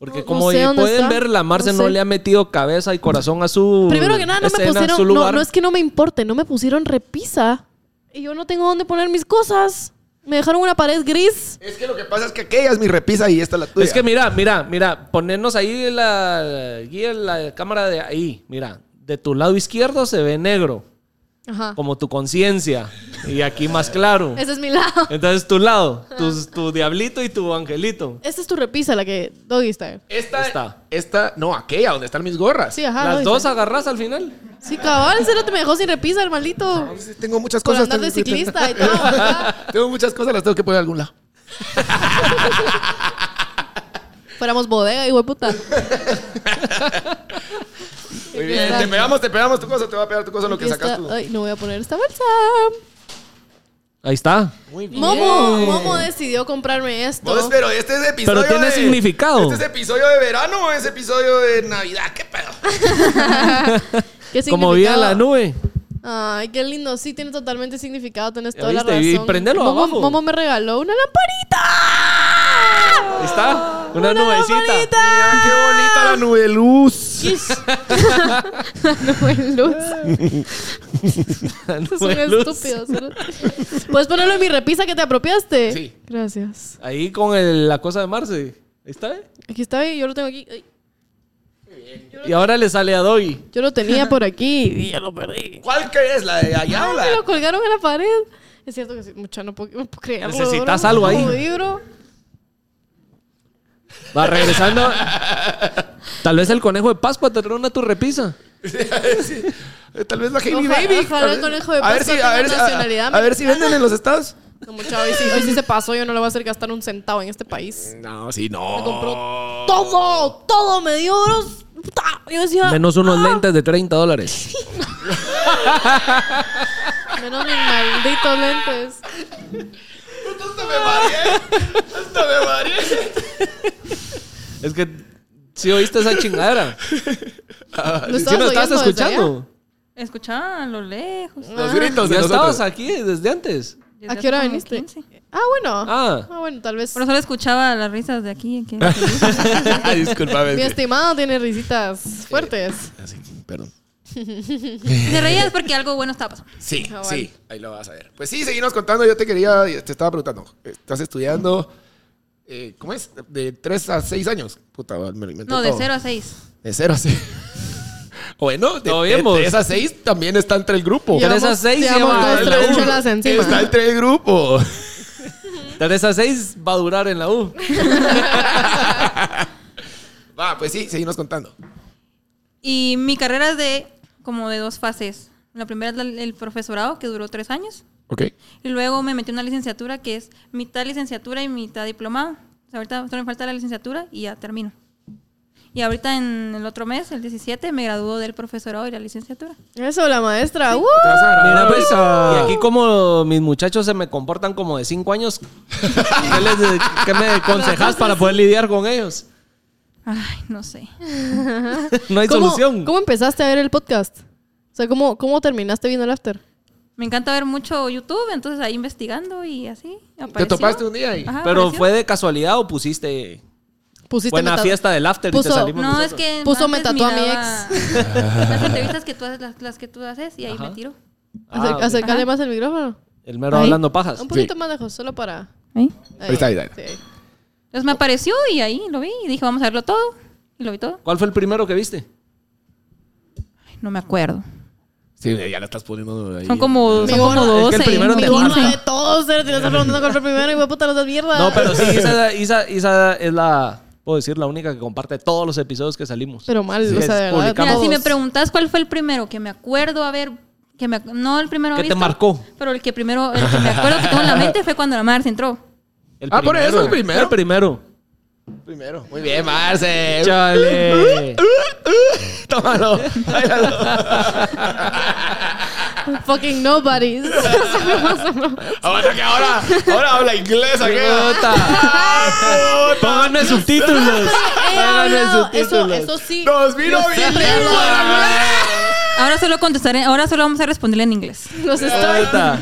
C: Porque
A: No-
C: como
A: no sé dónde
C: pueden
A: está.
C: ver, la Marce
A: No
C: no,
A: sé.
C: le ha metido cabeza y corazón a su
A: Primero que nada, no
C: Uh,
A: me
C: escena, a su
A: pusieron. No,
C: lugar.
A: no es que no me importe, no me pusieron repisa. Y yo no tengo dónde poner mis cosas. Me dejaron una pared gris.
B: Es que lo que pasa es que aquella es mi repisa y esta es la tuya.
C: Es que mira, mira, mira, ponernos ahí la guía, la cámara de ahí, mira, de tu lado izquierdo se ve negro,
A: Ajá.
C: como tu conciencia, y aquí más claro.
A: Ese Ah. [laughs] es mi lado.
C: Entonces tu lado, tus- tu, diablito y tu angelito.
A: Esta es tu repisa, la que Doggy Style.
B: Esta,
C: Esta.
B: esta. no, aquella, donde están mis gorras.
A: Sí, ajá.
C: Las
A: Doggy
C: dos
A: Style.
C: agarras al final.
A: Sí, cabal, cero te me dejó sin repisa, el maldito.
B: Tengo muchas
A: Por
B: cosas.
A: andar de
B: tengo-
A: ciclista
B: [laughs]
A: y todo. ¿verdad?
B: Tengo muchas cosas, las tengo que poner a algún lado.
A: Fuéramos bodega, hijo de puta.
B: [laughs] Muy bien, te pegamos, te pegamos tu cosa, te va a pegar tu cosa lo que
A: Aquí
B: sacas
A: está.
B: tú.
A: Ay, no voy a poner esta bolsa.
C: Ahí está.
B: Muy bien.
A: Momo, Momo decidió comprarme esto.
B: Vos, pero este es episodio.
C: Pero tiene
B: de-
C: significado.
B: Este es episodio de verano o es episodio de Navidad,
A: [laughs]
B: qué pedo.
A: ¿Qué
C: Como vi en la
A: significado?
C: nube.
A: Ay, qué lindo. Sí, tiene totalmente significado. Tenés
C: Ya
A: toda la
C: viste,
A: razón.
C: y prendelo
A: Momo,
C: abajo.
A: Momo me regaló una lamparita.
C: Ahí está. Una,
A: ¡Una
C: nubecita. [laughs]
A: lamparita!
B: Mira, qué bonita la nube de luz.
A: [laughs] No, el luz. Estos son
C: Nube luz.
A: estúpidos. ¿no? Puedes ponerlo en mi repisa que te apropiaste.
B: Sí.
A: Gracias.
C: Ahí con el- la cosa de Marce. Ahí está. ¿eh?
A: Aquí está, yo lo tengo aquí. Ay,
C: Y ahora le sale a Doggy.
A: Yo lo tenía por aquí y ya lo perdí.
B: ¿Cuál que es? ¿La de allá o
A: Ah,
B: la
A: me lo colgaron en la pared. Es cierto que sí, mucha, no puedo, no puedo creerlo.
C: Necesitas
A: bro.
C: algo ahí.
A: Jodí, bro.
C: Va regresando. Tal vez el conejo de Pascua te trae una tu repisa.
B: Sí. Tal vez la Hailey
A: Ojalá-
B: Baby.
A: ojalá
B: Tal vez-
A: el conejo de
B: a ver
A: Pascua
B: si, a
A: tenga
B: ver, si- a-
A: nacionalidad
B: a, ver si venden en los estados.
A: No, mucha, hoy sí, hoy sí se pasó. Yo no le voy a hacer gastar un centavo en este país.
B: No, sí, no.
A: Me compró todo, todo me dio, bro. Puta, Yo decía, ah.
C: Menos unos lentes de 30 dólares.
A: menos mis malditos lentes.
B: Hasta me mareé. Hasta
A: [laughs]
B: me mareé.
C: Es que si oíste esa chingadera.
A: ¿Lo
C: Si Ah, lo
A: estabas oyendo
C: estabas
A: desde allá?
C: escuchando.
F: Escuchaba a lo lejos.
B: Los gritos de
C: Ya
B: nosotros.
C: estabas aquí desde antes.
F: Desde
A: ¿A
F: hace
A: qué hora
F: como
A: viniste?
F: 15.
A: Ah, bueno.
C: Ah.
A: Ah. bueno, tal vez.
F: Pero solo escuchaba las risas de aquí.
B: [laughs]
F: aquí.
B: Disculpame.
A: Mi estimado tiene risitas fuertes.
B: Así, perdón.
F: Te reías porque algo bueno estaba pasando.
B: Sí,
A: Ah, bueno.
B: sí, ahí lo vas a ver. Pues sí, seguimos contando. Yo te quería, te estaba preguntando. Estás estudiando, eh, ¿cómo es? De 3 a 6 años. Puta, me lo inventé
F: No, de
B: todo.
F: 0 a 6.
B: De 0 a 6. Bueno, de,
C: Todo
B: de,
C: bien, vos.
B: 3 a 6 también está entre el grupo.
C: Ya,
A: Llevamos-
C: a seis
A: llevamos
C: lleva
A: dos,
C: la
A: tres
C: uno.
A: chelas encima.
B: Está entre el grupo.
C: 3 a 6 va a durar en la U.
B: Va, pues sí, seguimos contando.
F: Y mi carrera es de como de dos fases. La primera es la- el profesorado, que duró tres años.
B: Ok.
F: Y luego me metí a una licenciatura que es mitad licenciatura y mitad diplomado. O sea, ahorita solo me falta la licenciatura y ya termino. Y ahorita en el otro mes, el 17, me graduó del profesorado y la licenciatura.
A: Eso, la maestra. ¡uh!
B: Te vas a grabar
C: Mira, pues,
B: ahorita.
C: y aquí como mis muchachos se me comportan como de 5 años, ¿qué, les- qué me aconsejas para poder lidiar con ellos? [laughs]
F: Ay, no sé.
C: No hay
A: ¿Cómo,
C: solución.
A: ¿Cómo empezaste a ver el podcast? O sea, ¿cómo, cómo terminaste viendo el after?
F: Me encanta ver mucho YouTube, entonces ahí investigando y así.
B: Te
F: apareció.
B: topaste un día y.
F: Ajá,
C: Pero
F: apareció.
C: fue de casualidad o pusiste
A: Pusiste
C: buena
A: meta-
C: fiesta del after y
A: Puso-
C: te salimos
F: No, es
C: nosotros?
F: que.
A: Puso
F: antes
A: me tatuó a mi
F: miraba [laughs] Las entrevistas que tú haces, las, las que tú haces, y ahí
C: Ajá.
F: me tiro.
C: Ah,
A: Acer- acércale
F: Ajá.
A: más el micrófono.
C: El mero
A: Ahí.
C: hablando pajas.
A: Un poquito más lejos, solo para...
F: ¿Eh?
B: Ahí está, ahí está.
A: sí.
F: Entonces me apareció y ahí lo vi y dije, vamos a verlo todo. Y lo vi todo.
C: ¿Cuál fue el primero que viste?
F: Ay, no me acuerdo.
B: Sí, ya la estás poniendo ahí.
F: Son como,
A: Mi
F: son
A: gorra,
F: como
A: es que el
F: 12.
C: primero
A: Mi
C: te
F: 15.
A: gorra de todos, se te estás preguntando cuál fue el primero y voy a puta no seas mierda.
C: No,
A: [laughs]
C: pero sí, Isa, Isa- Isa es la, puedo decir, la única que comparte todos los episodios que salimos.
A: Pero mal,
C: Sí,
A: o sea, de
C: es
A: verdad.
C: publicamos.
F: Mira, si me
A: todos. [laughs]
F: preguntas cuál fue el primero que me acuerdo, a ver, que me, ac- no el primero
C: ¿Qué te
F: visto,
C: marcó?
F: Pero el que primero, el que me acuerdo que tengo en la mente fue cuando la Mars entró.
C: El
B: Ah, por eso, el primero.
C: El primero.
B: Primero. Muy bien, Marce. [laughs]
C: Chale.
B: Tómalo.
A: Fucking [laughs]
F: [laughs]
A: nobodies.
B: Ahora que ahora, ahora habla inglés Ah, aquí.
C: Puta. Pónganme subtítulos.
A: He
C: Pónganme
A: hablado- eso,
C: subtítulos.
A: eso sí.
B: Nos vino bien.
A: [laughs]
F: Ahora solo contestaré, ahora solo vamos a responderle en inglés.
A: Los estoy...
C: Puta.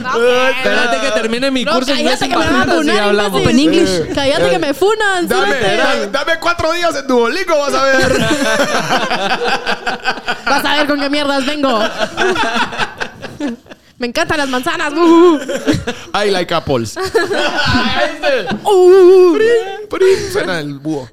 C: Espérate que termine mi
A: Bro,
C: curso inglés
A: cállate
C: sin
A: que me van a
C: palabras y
A: funar,
C: hablamos.
A: imbécil.
F: Open
B: English.
A: Cállate que me funan.
B: Dame,
A: súbete.
B: dame, dame cuatro días en Duolingo, vas
A: [laughs]
B: a ver.
A: Vas a ver con qué mierdas
C: [laughs]
A: vengo. [laughs] Me encantan las
C: [laughs]
A: manzanas. uh,
B: I like
A: [laughs]
B: apples.
A: uh,
B: Prim, prim, Suena el búho.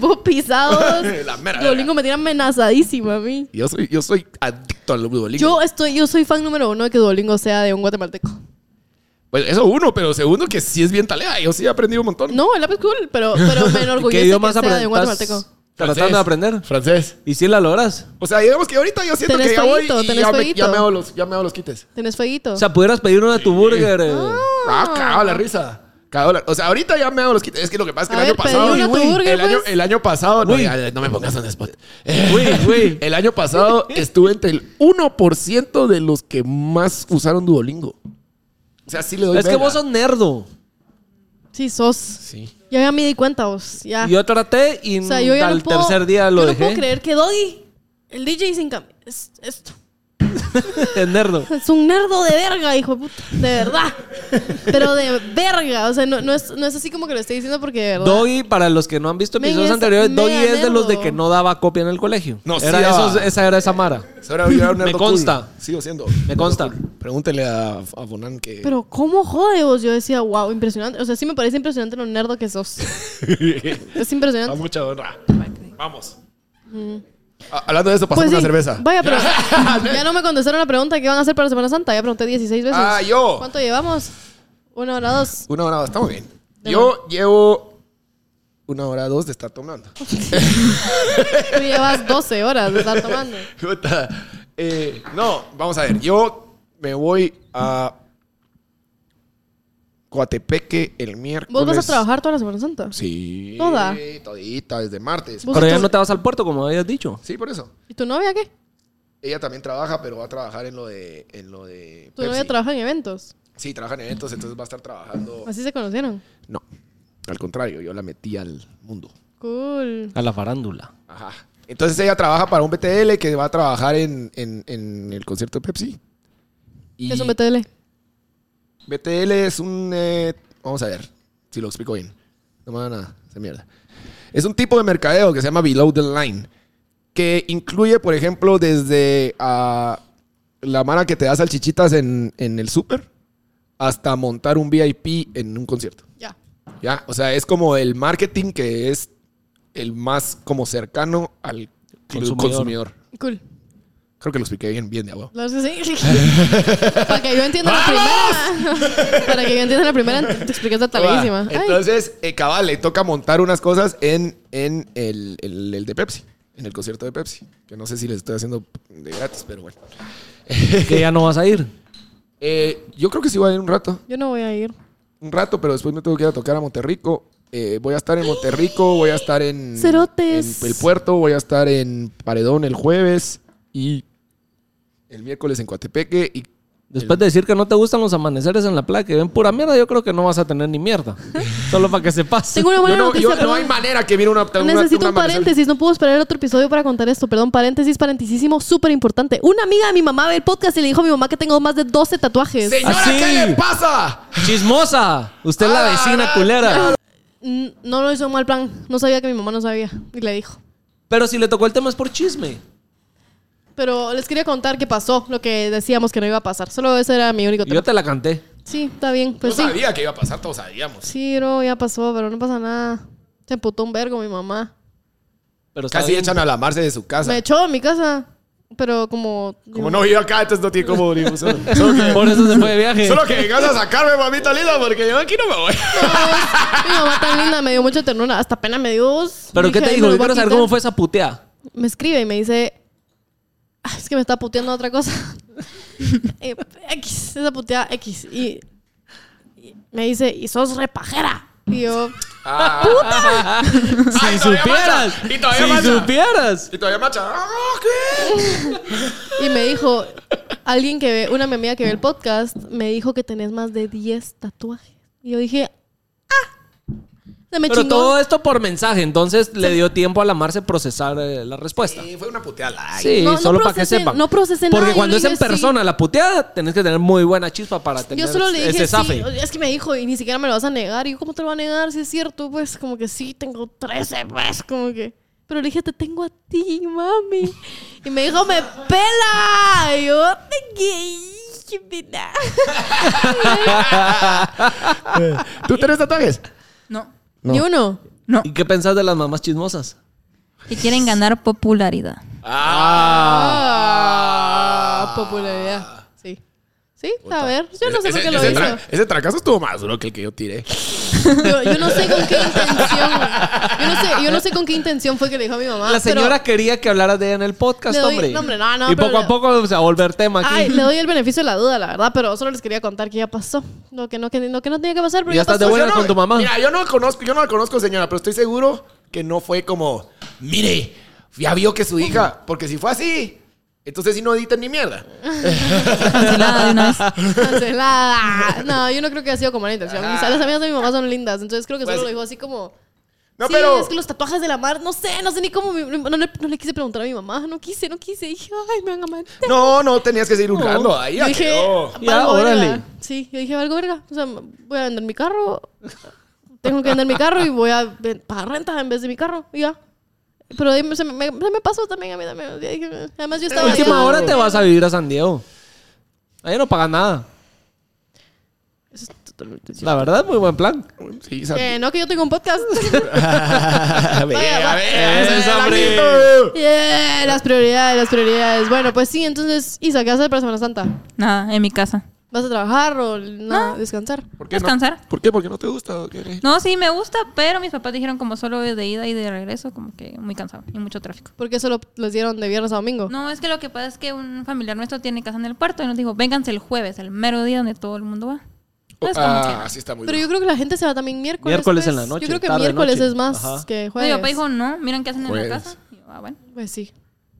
A: Vos
C: [laughs]
A: pisados.
B: La mera
A: Duolingo me tiene amenazadísimo a mí.
B: Yo soy, yo soy adicto al Duolingo.
A: Yo estoy, yo soy fan número uno de que Duolingo sea de un guatemalteco.
B: Bueno, Pues eso uno, pero segundo que sí es bien talea. Yo sí he aprendido un montón.
A: No, el app es cool, pero, pero
C: [laughs]
A: me
C: ¿Qué
A: enorgullece que
C: idiomas
A: sea de un
C: aprendes?
A: guatemalteco.
C: Estás Tratando de aprender.
B: Francés.
C: ¿Y si la logras?
B: O sea, digamos que ahorita yo siento
A: Tenés
B: que ya voy
A: fueguito,
B: y
A: tenés
B: ya me,
A: fueguito.
B: ya me hago los, ya me hago los quites.
A: ¿Tenés fueguito?
C: O sea, pudieras pedir una de tu burger. eh.
B: Ah, cagado la risa. Cagado la- O sea, ahorita ya me hago los quites. Es que lo que pasa es que
A: A
B: el
A: ver,
B: año pasado.
A: pedí una tu burger,
B: el, año,
A: pues.
B: el año pasado. No,
C: Uy.
B: ya, no me pongas en spot.
C: Uy, uy.
B: [laughs] El año pasado estuve entre el 1% de los que más usaron Duolingo. O sea, sí le doy.
C: Es que
B: verga.
C: vos sos nerdo.
A: sí, sos.
B: Sí.
A: Ya, ya me di cuenta vos. Ya.
C: Yo traté y
A: Ah. o sea, yo ya
C: al
A: no puedo,
C: tercer día
A: yo
C: lo
A: no
C: dejé.
A: puedo creer que Doggy, el DJ sin cambio, es, es,
C: [laughs] Es nerdo.
A: es un nerdo de verga, hijo de puta. De
C: [laughs]
A: verdad. Pero de verga. O sea, no, no, es, no es así como que lo estoy diciendo porque de verdad.
C: Doggy, para los que no han visto
A: Men,
C: episodios
A: es
C: anteriores,
A: mega
C: Doggy es de los de
A: nerdo.
C: que no daba copia en el colegio.
B: No, sí
C: era
B: daba.
C: esos- esa era esa Mara.
B: Pues Ahora voy a dar un
C: Me
B: nerdo
C: consta.
B: cool. Sigo siendo.
C: Me consta.
B: Pregúntele a, a Bonan que.
A: Pero cómo jode vos. Yo decía, wow, impresionante. O sea, sí me parece impresionante lo nerdo que
B: [laughs]
A: sos. es
B: a
A: impresionante.
B: mucha honra. Vamos. A- hablando de eso, pasamos una
A: Pues sí.
B: cerveza.
A: Vaya,
B: [laughs]
A: pero ya no me contestaron la pregunta que van a hacer para Semana Santa. Ya pregunté 16 veces.
B: Ah, yo.
A: ¿Cuánto llevamos? Una hora, dos.
B: Una hora, dos. estamos bien.
A: De
B: Yo llevo una hora, dos de estar tomando.
A: Tú llevas 12 horas de
B: [laughs]
A: estar tomando.
B: Puta. Eh, no, vamos a ver. Yo me voy a Coatepeque el miércoles.
A: ¿Vos vas a trabajar toda la Semana Santa?
B: Pues, Sí.
A: Toda.
B: Todita, desde martes.
A: ¿Vos
C: Pero ya
A: estás-
C: no te vas al puerto, como habías dicho.
B: Sí, por eso.
A: ¿Y tu novia qué?
B: Ella también trabaja, pero va a trabajar en lo de. En lo de
A: Tu
B: Pepsi.
A: novia trabaja en eventos.
B: Sí, trabaja en eventos, entonces va a estar trabajando.
A: Así se conocieron.
B: No, al contrario, yo la metí al mundo.
A: Cool.
C: A la [laughs] farándula.
B: Ajá. Entonces ella trabaja para un BTL que va a trabajar en, en- en el concierto de Pepsi. Y
A: ¿Qué es un BTL?
B: BTL es un... eh, vamos a ver si lo explico bien. No me da nada, se mierda. Es un tipo de mercadeo que se llama Below the Line, que incluye, por ejemplo, desde ah, la mara que te da salchichitas en, en el súper hasta montar un VIP en un concierto.
A: Ya.
B: ¿Ya? O sea, es como el marketing que es el más como cercano al
C: Consumidor.
B: consumidor.
A: Cool.
B: Creo que lo expliqué bien, bien de abajo.
A: La verdad
B: [laughs]
A: es que sí. Para que yo entienda la primera. Para que yo entienda la primera, te explicaste talísima. Ay,
B: Entonces, eh, cabal, le toca montar unas cosas en, en el, el- el de Pepsi, en el concierto de Pepsi. Que no sé si les estoy haciendo de gratis, pero bueno.
C: Que ya no vas a ir.
B: Eh, yo creo que sí voy a ir un rato.
A: Yo no voy a ir.
B: Un rato, pero después me tengo que ir a tocar a Monterrico. Eh, voy a estar en Monterrico, voy a estar en,
A: Cerotes.
B: en el puerto, voy a estar en Paredón el jueves y el miércoles en Coatepeque. Y
C: Después de decir que no te gustan los amaneceres en la playa, que ven pura mierda, yo creo que no vas a tener
A: [laughs]
C: ni mierda. Solo para que se pase.
A: Tengo una buena
B: yo no,
A: noticia.
B: yo- no
A: perdón.
B: hay manera que viene una... una-
A: Necesito
B: una
A: un
B: amanecer-
A: paréntesis, no puedo esperar otro episodio para contar esto. Perdón, paréntesis, paréntisísimo, súper importante. Una amiga de mi mamá ve el podcast y le dijo a mi mamá que tengo más de 12 tatuajes.
B: Señora,
C: Así.
B: ¿qué le pasa?
C: ¡Chismosa! Usted es la
B: Ah,
C: vecina
B: ah,
C: culera.
A: N- No lo hizo un mal plan. No sabía que mi mamá no sabía. Y le dijo.
C: Pero si le tocó el tema es por chisme.
A: Pero les quería contar qué pasó, lo que decíamos que no iba a pasar. Solo ese era mi único
C: Y Yo
A: tema.
C: te la canté.
A: Sí, está bien. Pues
B: Yo
A: sí.
B: sabía que iba a pasar, todos sabíamos.
A: Sí, no, ya pasó, pero no pasa nada. Se emputó un vergo mi mamá.
C: Pero está
B: Casi
C: bien.
B: echan a la Marce de su casa.
A: Me echó a mi casa. Pero como.
B: Como no vivo acá, entonces no tiene cómo venir. Solo, solo
C: [laughs] Por eso se fue de
B: [laughs]
C: viaje.
B: que, solo que vengas a sacarme, mamita linda, porque yo aquí no me voy.
A: Mi mamá tan linda, me dio mucha ternura. Hasta pena me dio.
C: ¿Pero
A: Dije,
C: qué te
A: "Ay,
C: dijo?
A: me lo
C: Yo
A: voy a
C: quiero saber
A: quitar".
C: cómo fue esa putea.
A: me escribe y me dice, "Ah, es que me está puteando otra
C: [laughs]
A: cosa. Eh, X, esa puteada X. Y, y me dice, y sos repajera. Y yo,
C: Si
B: Ah. Ay, todavía
C: supieras.
B: mancha. Y todavía
C: Si
B: mancha.
C: supieras.
B: [laughs] Y todavía macha. Ah, ¿qué?
A: y me dijo, alguien que ve, una mi amiga que ve el podcast, me dijo que tenés más de 10 tatuajes. Y yo dije, ah, se me
C: Pero
A: chingó.
C: todo esto por mensaje, entonces le dio tiempo a la Marce procesar eh, la respuesta.
B: Sí, fue una puteada light.
C: Sí,
A: No, no
C: solo para que
A: procesé-
C: sepan.
A: no procesé nada,
C: Porque
A: yo
C: cuando
A: le
C: es en
A: dije sí.
C: persona la puteada, tenés que tener muy buena chispa para tener
A: Yo solo le
C: ese
A: dije, sí,
C: zafe.
A: es que me dijo, y ni siquiera me lo vas a negar. Y yo, ¿cómo te lo va a negar? Si es cierto, pues, como que sí, tengo 13, pues, como que... Pero le dije, te tengo a ti, mami. Y me dijo, me pela. Y yo, te quiero.
B: ¿Tú tenés tatuajes?
F: No.
A: Ni uno.
F: No.
C: ¿Y qué pensás de las mamás chismosas?
F: Que quieren ganar popularidad.
B: Ah.
A: Ah, popularidad. Sí. Sí, a ver, yo no sé por qué lo
B: ese,
A: hizo.
B: tra- ese trancazo estuvo más duro que el que yo tiré. Pues
A: Yo, yo no sé con qué intención. Yo no sé, yo no sé con qué intención fue que le dijo a mi mamá.
C: la
A: Ah, pero-
C: señora quería que hablaras de ella en el podcast,
A: Le doy-
C: hombre.
A: no, hombre, no, no,
C: y
A: pero
C: poco a
A: le-
C: poco se va a volver tema aquí.
A: Ay, le doy el beneficio de la duda, la verdad, pero solo les quería contar que ya pasó. Lo que no, que, lo que no tenía que pasar, pero
C: Ya
A: ya,
C: estás
A: pasó.
C: de
B: Pues
C: buena
B: yo no-
C: con tu mamá.
B: Mira, yo no conozco, yo no la conozco, señora, pero estoy seguro que no fue como, mire, ya vio que su hija, porque si fue así, entonces sí no editan
A: [laughs]
B: ni mierda.
F: Cancelada de una vez.
A: Cancelada. No, yo no creo que haya sido con mala intención. Mis- las amigas de mi mamá son lindas, entonces creo que
B: Pues-
A: solo lo dijo así como...
B: No,
A: sí,
B: pero
A: es que los tatuajes de la mar, no sé, no sé ni cómo... mi- no, le, no le quise preguntar a mi mamá, no quise, no quise. Dije, ay, me van a matar.
B: no, no tenías que seguir hurgando.
C: No.
B: Ahí
A: Yo
B: ya
A: dije,
B: quedó.
A: "Valgo
C: Ya,
A: verga".
C: órale.
A: Sí, yo dije, algo verga. O sea, voy a vender mi carro. Tengo que vender mi carro y voy a ven- pagar renta en vez de mi carro. Y ya. Pero ahí se me, me- se me pasó también a mí también. Ya dije, eh, Además, yo estaba.
C: Última
A: ya-
C: hora te vas a vivir a San Diego. Ahí no pagas nada.
A: Eso es totalmente cierto.
C: La verdad, muy
A: [laughs]
C: buen plan.
B: Sí,
A: Que no, que yo tengo un
C: [laughs]
A: podcast.
B: A ver,
A: Vaya,
B: a ver,
C: vaya.
B: es,
C: Eso, hombre.
B: hombre.
A: Yeah, las prioridades, las prioridades. Bueno, pues sí, entonces, Isa, ¿qué vas a hacer para Semana Santa?
F: Nada, en mi casa.
A: ¿Vas a trabajar o no,
C: Ah.
F: No.
A: descansar?
B: ¿Por qué no?
F: Descansar.
B: ¿Por qué? Porque no te gusta. o qué?
F: No, sí, me gusta, pero mis papás dijeron como solo de ida y de regreso, como que muy cansado y mucho tráfico.
A: Porque eso lo, les dieron de viernes a domingo.
F: No, es que lo que pasa es que un familiar nuestro tiene casa en el puerto y nos dijo, vénganse el jueves, el mero día donde todo el mundo va. Entonces, como que-
B: Ah, sí está muy
A: Pero
B: duro.
A: yo creo que la gente se va también miércoles.
C: Miércoles en
A: pues.
C: la noche,
A: Yo creo que
C: tarde,
A: miércoles
C: noche.
A: es más
C: Ajá.
A: que
F: No,
A: jueves.
F: Mi papá dijo, no, miren qué hacen en
B: Jueves.
F: la casa. Y yo, ah, bueno. [laughs]
A: Pues sí.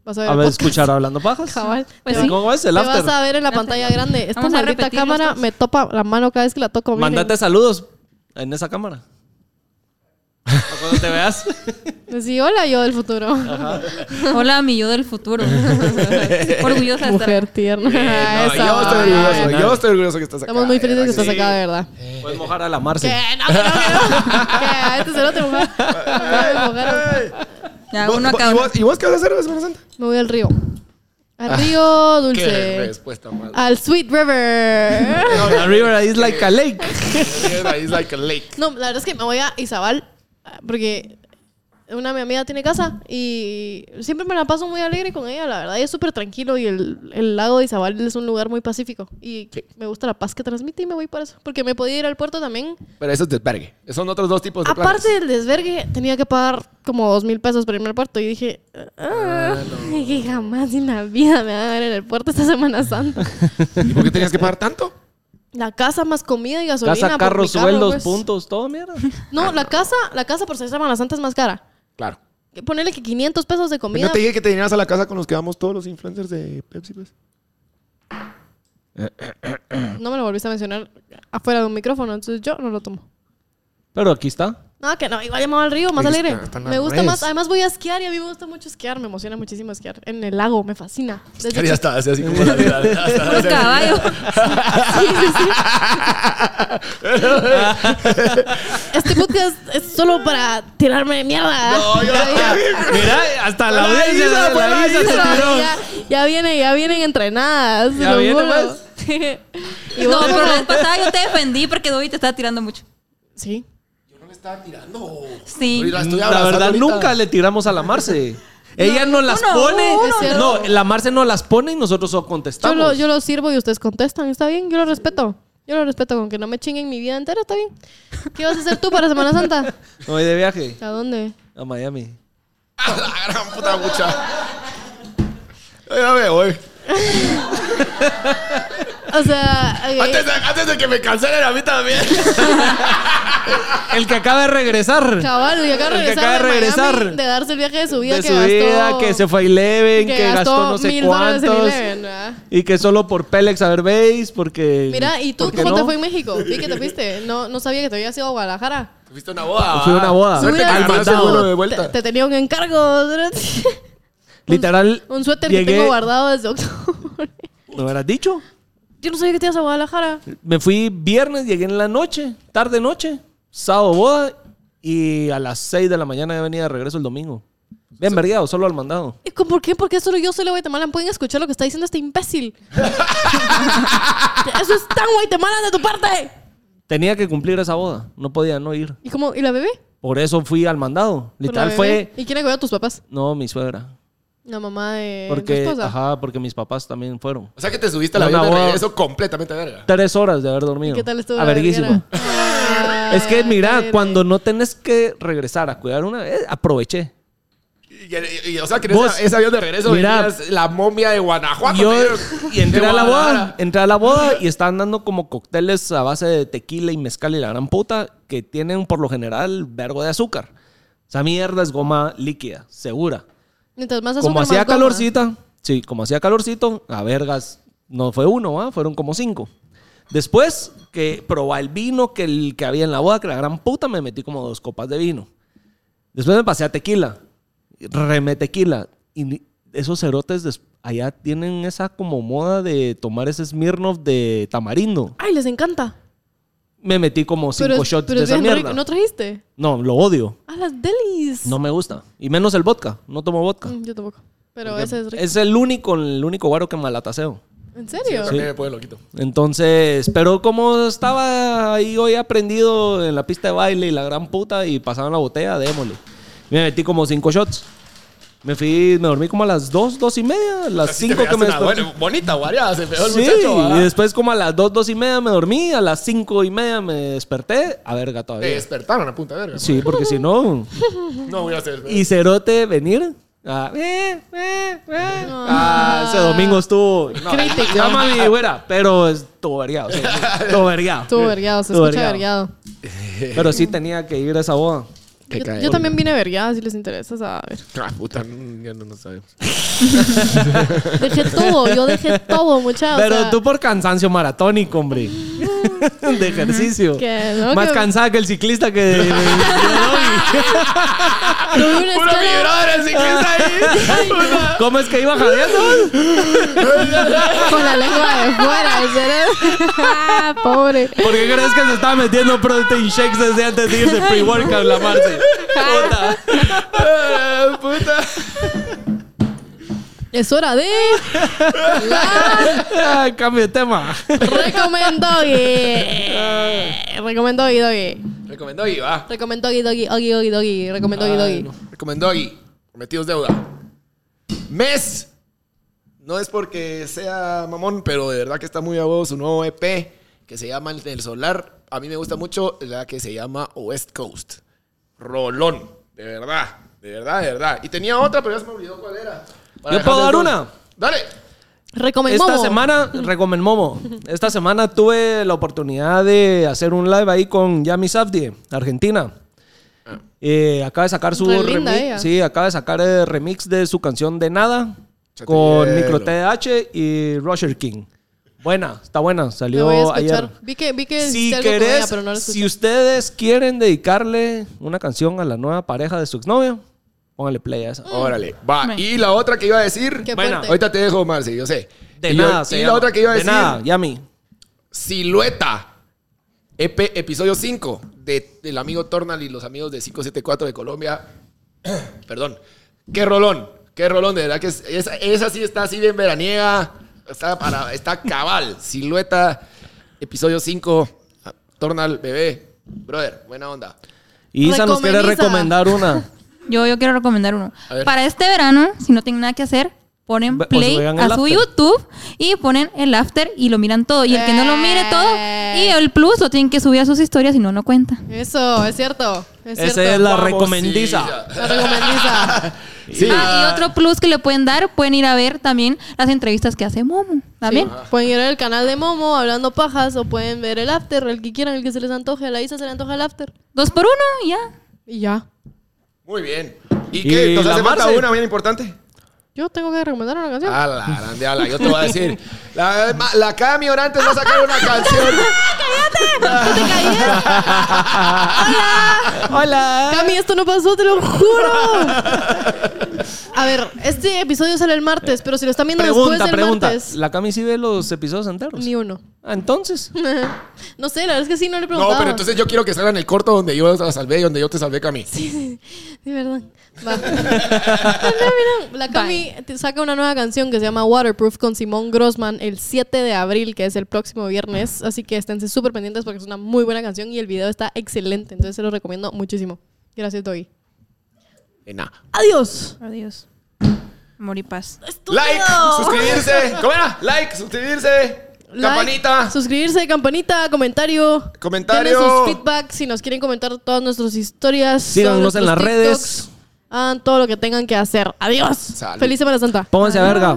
A: Vas a ver.
C: A
A: el
C: ver,
A: podcast.
C: escuchar hablando pajas.
A: Cabal.
F: Pues
A: Te
F: sí.
A: va-
C: ¿Cómo es el
A: te
C: after?
A: vas a ver en la
F: After.
A: pantalla grande. Esta
F: Vamos a
A: maldita
F: repetirlos
A: cámara
F: todos.
A: me topa la mano cada vez que la toco. miren.
C: Mandate saludos en esa cámara. Para cuando
A: [laughs]
C: te veas.
A: Pues Sí, hola yo del futuro. [laughs]
F: Hola, mi yo del futuro. [laughs] Orgullosa de estar.
A: Mujer tierna.
B: Eh, no,
A: Esa
B: yo estoy
A: va.
B: orgulloso,
C: Ay,
B: yo
C: no.
B: estoy orgulloso que estás acá.
A: Estamos muy felices que
B: eh,
A: estás
B: sí.
A: acá, de verdad.
C: Puedes mojar a la Marce.
A: Que no, que no, que no. Que a este cerote, mujer. Ay, mujer.
F: Ya,
B: ¿Vos-
F: uno
B: vos-
F: acá.
B: ¿Y vos, ¿Y vos qué vas a hacer la Semana Santa?
A: Me voy al río. Al río
B: Qué
A: dulce.
B: respuesta más.
A: Al Sweet River.
C: La river is like a lake.
B: It's like a lake.
A: No, la verdad es que me voy a Izabal ah, porque una mi amiga tiene casa y siempre me la paso muy alegre con ella, la verdad. Ella es súper tranquilo y el, el lago de Izabal es un lugar muy pacífico y
B: Sí.
A: me gusta la paz que transmite y me voy por eso. Porque me podía ir al puerto también.
B: Pero eso es desvergue. Son otros dos tipos de
A: Aparte
B: planes.
A: del desvergue, tenía que pagar como dos mil pesos para irme al puerto y dije, ah, [laughs] que jamás en la vida me van a ver en el puerto esta Semana
C: [laughs]
A: Santa.
B: ¿Y por qué tenías que pagar tanto?
A: la casa más comida y gasolina.
C: Casa,
A: por
C: carro,
A: mi carro,
C: sueldos,
A: pues.
C: puntos, todo mierda.
A: No, la casa, la casa por ser Semana Santa es más cara.
B: Claro.
A: Que Ponerle que 500 pesos de comida.
B: ¿No te dije que te vinieras a la casa con los que vamos todos los influencers de Pepsi, pues?
A: No me lo volviste a mencionar afuera de un micrófono, entonces yo no lo tomo.
C: Pero aquí está.
A: No, que no, igual llamado al río, más
B: Ahí
A: alegre.
B: está, están las
A: me gusta más,
B: redes.
A: además voy a esquiar y a mí me gusta mucho esquiar, me emociona muchísimo esquiar. En el lago, me fascina. Desde
B: Ya está, así, así como la vida. [laughs]
F: Puro caballo.
A: [laughs] chiquita. Este podcast es solo para tirarme de mierda. [laughs] ya,
F: [laughs]
C: Mira, hasta la
B: Buena
C: audiencia
B: Isa,
C: la
B: buena
C: Isa se
B: Isa.
C: tiró.
A: ya- ya vienen, ya vienen entrenadas.
C: Ya
A: lo
C: viene,
A: juro. [laughs] y
F: No,
A: vos,
F: pero la vez pasada yo te defendí porque Dobby te estaba tirando mucho.
A: Sí.
F: Sí.
B: Ahorita estoy
C: La
B: abrazando
C: verdad,
B: ahorita. [laughs]
C: nunca le tiramos a la Marce. Ella no, las
F: uno,
C: pone.
A: uno, Es cierto.
C: no, la Marce no las pone y nosotros solo
A: Yo
C: contestamos.
A: lo, yo lo sirvo y ustedes contestan, está bien, yo lo respeto. Yo lo respeto, con que no me chinguen mi vida entera, está bien. ¿Qué vas a hacer tú para Semana Santa?
C: Me voy de viaje
A: ¿A dónde?
C: a Miami.
B: Ah, la gran puta mucha. Ya me voy.
A: O sea, eh, ok.
B: Antes de, antes de que me cancelen a mí también.
C: El que acaba de regresar.
A: cabal, y acá
C: El que
A: regresar,
C: acaba de
A: de, Miami,
C: regresar.
A: de darse el viaje de su vida
C: de
A: que
C: su
A: gastó,
C: vida, que se fue a Eleven, que, gastó no sé
A: mil dólares en
C: cuántos.
A: Eleven, ¿verdad?
C: Y que solo por Pelex a ver veis, porque.
A: Mira, ¿y tú
C: porque
A: cómo
C: no.
A: te fue en México? Vi que te fuiste. No, no sabía que te habías ido a Guadalajara.
B: Fuiste a una boda.
C: Fui a una boda.
B: Suerte que
A: Hubiera
B: ganaste
A: dicho,
B: el vuelo de vuelta.
A: Te, te tenía un encargo.
C: Literal.
A: [laughs] Un suéter que
C: llegué-
A: tengo guardado desde octubre.
C: ¿Me hubieras dicho?
A: Yo no sabía que te ibas a Guadalajara.
C: Me fui viernes, llegué en la noche, tarde noche, sábado boda y a las 6 de la mañana ya venía de regreso el domingo. Bien vergueado, solo al mandado.
A: ¿Y con- ¿Por qué? Porque solo yo soy la Guatemala. Pueden escuchar lo que está diciendo este
C: [laughs]
A: imbécil. Eso es tan Guatemala de tu parte.
C: Tenía que cumplir esa boda, no podía no ir.
A: ¿Y cómo? ¿Y la bebé?
C: Por eso fui al mandado.
A: ¿Por la
C: Literal
A: bebé?
C: fue,
A: ¿Y quién acogió a tus papás?
C: no, mi suegra.
A: La mamá de Eh, tu
C: Porque,
A: esposa.
C: ajá, porque mis papás también fueron.
B: O sea que te subiste a la
C: Una
B: avión de
C: boda.
B: regreso completamente verga.
C: Tres horas de haber dormido.
A: ¿Qué tal estuvo?
C: A
A: la Ah,
C: verguísimo.
A: verguera? Ay,
C: Es que, mira,
A: qué
C: cuando no tenés que regresar a cuidar una vez, aproveché.
B: Y, y- y- o sea que en
C: Vos-
B: esa- ese avión de regreso
C: Mira.
B: venías la momia de Guanajuato.
C: Y yo
B: te-
C: y entré
B: de
C: a la boda,
B: Guadalajara.
C: entré a la boda y estaban dando como cócteles a base de tequila y mezcal y la gran puta que tienen por lo general vergo de azúcar. O sea, mierda es goma líquida, segura.
A: Mientras más azúcar,
C: como
A: más
C: hacía
A: goma.
C: calorcita, sí, como hacía calorcito, a vergas, no fue uno, ¿ah? fueron como cinco. Después que probé el vino que, el, que había en la boda, que la gran puta, me metí como dos copas de vino. Después me pasé a tequila, remé tequila. Y ni- esos cerotes des- allá tienen esa como moda de tomar ese Smirnoff de tamarindo.
A: Ay, les encanta.
C: Me metí como cinco
A: Pero, es-
C: shots
A: pero
C: de
A: es
C: esa
A: bien
C: mierda.
A: rico.
C: No,
A: ¿No trajiste?
C: lo odio.
A: Ah, las delis.
C: No me gusta. Y menos el vodka. No tomo vodka.
A: Mm, Yo tampoco. Pero ese es rico.
C: Es el único, el único guaro que malataseo.
A: ¿En serio?
B: También me pone Eh, pues, loquito.
C: Entonces, pero como estaba ahí hoy aprendido en la pista de baile y la gran puta y pasaban la botella, démosle. Me metí como cinco shots. Me fui, me dormí como a las dos, dos y media, las
B: Así
C: cinco
B: te
C: que me
B: pegaste una buena-
C: desperté.
B: Bonita, guaria. Se pegó el
C: Sí,
B: muchacho. ¿va?
C: y después como a las dos, dos y media me dormí, a las cinco y media me desperté, a verga
B: Te
C: todavía.
B: despertaron a punta de verga.
C: Sí, porque
B: [laughs]
C: si no,
B: No voy a hacer.
C: y cerote venir. Ah, eh, eh, eh. Ah, ese domingo estuvo. No,
A: Crítico.
C: llama a mi güera, pero estuvo vergueado. sí, Estuvo vergueado.
A: Estuvo vergueado, se
C: Estuvo
A: escucha
C: vergueado.
A: vergueado.
C: Pero sí tenía que ir a esa boda.
B: Que
A: Yo,
B: cae.
A: yo también vine vergueada, si les interesa saber.
B: Ah, puta, no, ya no nos sabemos.
A: Dejé todo, yo dejé todo, muchachos.
C: Pero tú por cansancio maratónico, hombre. De ejercicio.
A: Que no,
C: Más
A: que-
C: cansada que el ciclista que...
A: Tuve una
B: ¡Puro
A: escala-
B: vibrador el ciclista ahí! Puta.
C: ¿Cómo es que iba jadeando?
A: con la lengua de fuera, el cerebro. Ah, Pobre.
C: ¿Por qué crees que se estaba metiendo protein shakes desde antes de irse pre-workout la Marce? Puta.
B: Ah, puta.
A: Es hora de
C: Ah, cambio de tema.
A: recomendó Doggy. Recomendó Doggy.
B: Recomendó y va.
A: Recomendó Oggy Doggy, Oggy Oggy Doggy. Recomendó
C: Ah,
A: Oggy Doggy.
B: Recomendó y prometidos deuda. Mes. No es porque sea mamón, pero de verdad que está muy a huevo su nuevo EP que se llama El Solar. A mí me gusta mucho la que se llama West Coast. Rolón. De verdad. De verdad, de verdad. Y tenía otra, pero ya se me olvidó cuál era. Para
C: ¿Yo puedo
B: dejarles
C: dar
B: dos.
C: una?
B: Dale.
A: Recomendó
C: Esta
A: Momo.
C: semana, recomen Momo. Esta semana tuve la oportunidad de hacer un live ahí con Yami Safdie, Argentina.
B: Ah.
C: Eh, acaba de sacar su
A: Re linda
C: remix.
A: ella.
C: Sí, acaba de sacar el remix de su canción de nada con
B: Chatillero.
C: Micro TDH y Roger King. Buena, está buena,
A: Lo voy a
C: salió
A: escuchar.
C: ayer.
A: Vi que, vi que
C: Si
A: hiciste algo con
C: querés,
A: ella, pero no la
C: si
A: escuché.
C: ustedes quieren dedicarle una canción a la nueva pareja de su exnovio, póngale play a esa.
B: Órale. Va.
F: Me-
B: Y la otra que iba a decir.
A: Qué
C: Bueno,
A: fuerte.
B: Ahorita te dejo, Marce, yo sé.
C: De
B: y yo-
C: nada, se
B: y la
C: llama.
B: otra que iba a
C: De
B: decir.
C: nada, Yami.
B: Silueta. EP, episodio 5 de, del amigo Tornal y los amigos de 574 de Colombia. [clears throat] Perdón. Qué rolón. Qué rolón. De verdad que es- esa, esa sí está así bien veraniega. Está, para, está cabal. [laughs] Silueta. Episodio 5. Tornal, bebé. Brother, buena onda.
C: Y Isa nos quiere
A: Recomeniza.
C: recomendar una.
F: Yo, yo quiero recomendar uno.
B: A ver.
F: Para este verano, si no tienen nada que hacer, ponen
C: Ve- o
F: play
C: se vean el
F: a su
C: after.
F: YouTube y ponen el after y lo miran todo. Y el que no lo mire todo y el plus lo tienen que subir a sus historias y no, no cuenta.
A: Eso, es cierto. Es
C: Esa
A: cierto.
C: es la
B: Vamos,
C: recomendiza.
B: sí, ya.
A: La recomendiza.
C: [laughs]
B: Sí.
F: Ah, y otro plus que le pueden dar, pueden ir a ver también las entrevistas que hace Momo. También.
A: Sí, Pueden ir al canal de Momo hablando pajas o pueden ver el after, el que quieran, el que se les antoje. A la Isa se le antoja el after.
F: Dos por uno y ya.
A: Y ya.
B: Muy bien. ¿Y
C: Y
B: qué? ¿Nos
C: la
B: hace falta
C: Marce.
B: una bien importante?
A: Yo tengo que recomendar una canción.
B: A la grande, ala, yo te voy a decir. La, ma- la Cami Orantes va a sacar
F: [laughs]
B: una canción.
C: Hola.
A: Cami, esto no pasó, te lo juro. A ver, este episodio sale el martes, pero si lo están viendo después
C: Pregunta,
A: del
C: pregunta.
A: martes,
C: ¿La Cami sí ve los episodios enteros?
A: ni uno.
C: Ah,
A: [laughs]
C: entonces.
A: No sé, la verdad es que sí, no le preguntaba.
B: No, pero entonces yo quiero que salgan el corto donde yo la salvé y donde yo te salvé, Cami.
A: Sí, verdad. Va. No, no, [laughs] mira, la Cami te saca una nueva canción que se llama Waterproof con Simón Grossman el 7 de abril, que es el próximo viernes. Así que esténse súper pendientes porque es una muy buena canción y el video está excelente. Entonces se lo recomiendo muchísimo. Gracias, Doggy.
B: Eh, nah.
A: Adiós.
F: Adiós. Amor y paz.
B: Like,
A: [laughs]
B: suscribirse. ¿Cómo era? Like, suscribirse. campanita.
A: Like, suscribirse, campanita, comentario.
B: Comentario.
A: Denos sus feedback si nos quieren comentar todas nuestras historias.
C: Síganos
A: todos
C: en las
A: nuestros
C: redes.
A: TikToks. Hagan todo lo que tengan que hacer. Adiós.
B: Salud.
A: Feliz Semana Santa.
C: Pónganse a verga.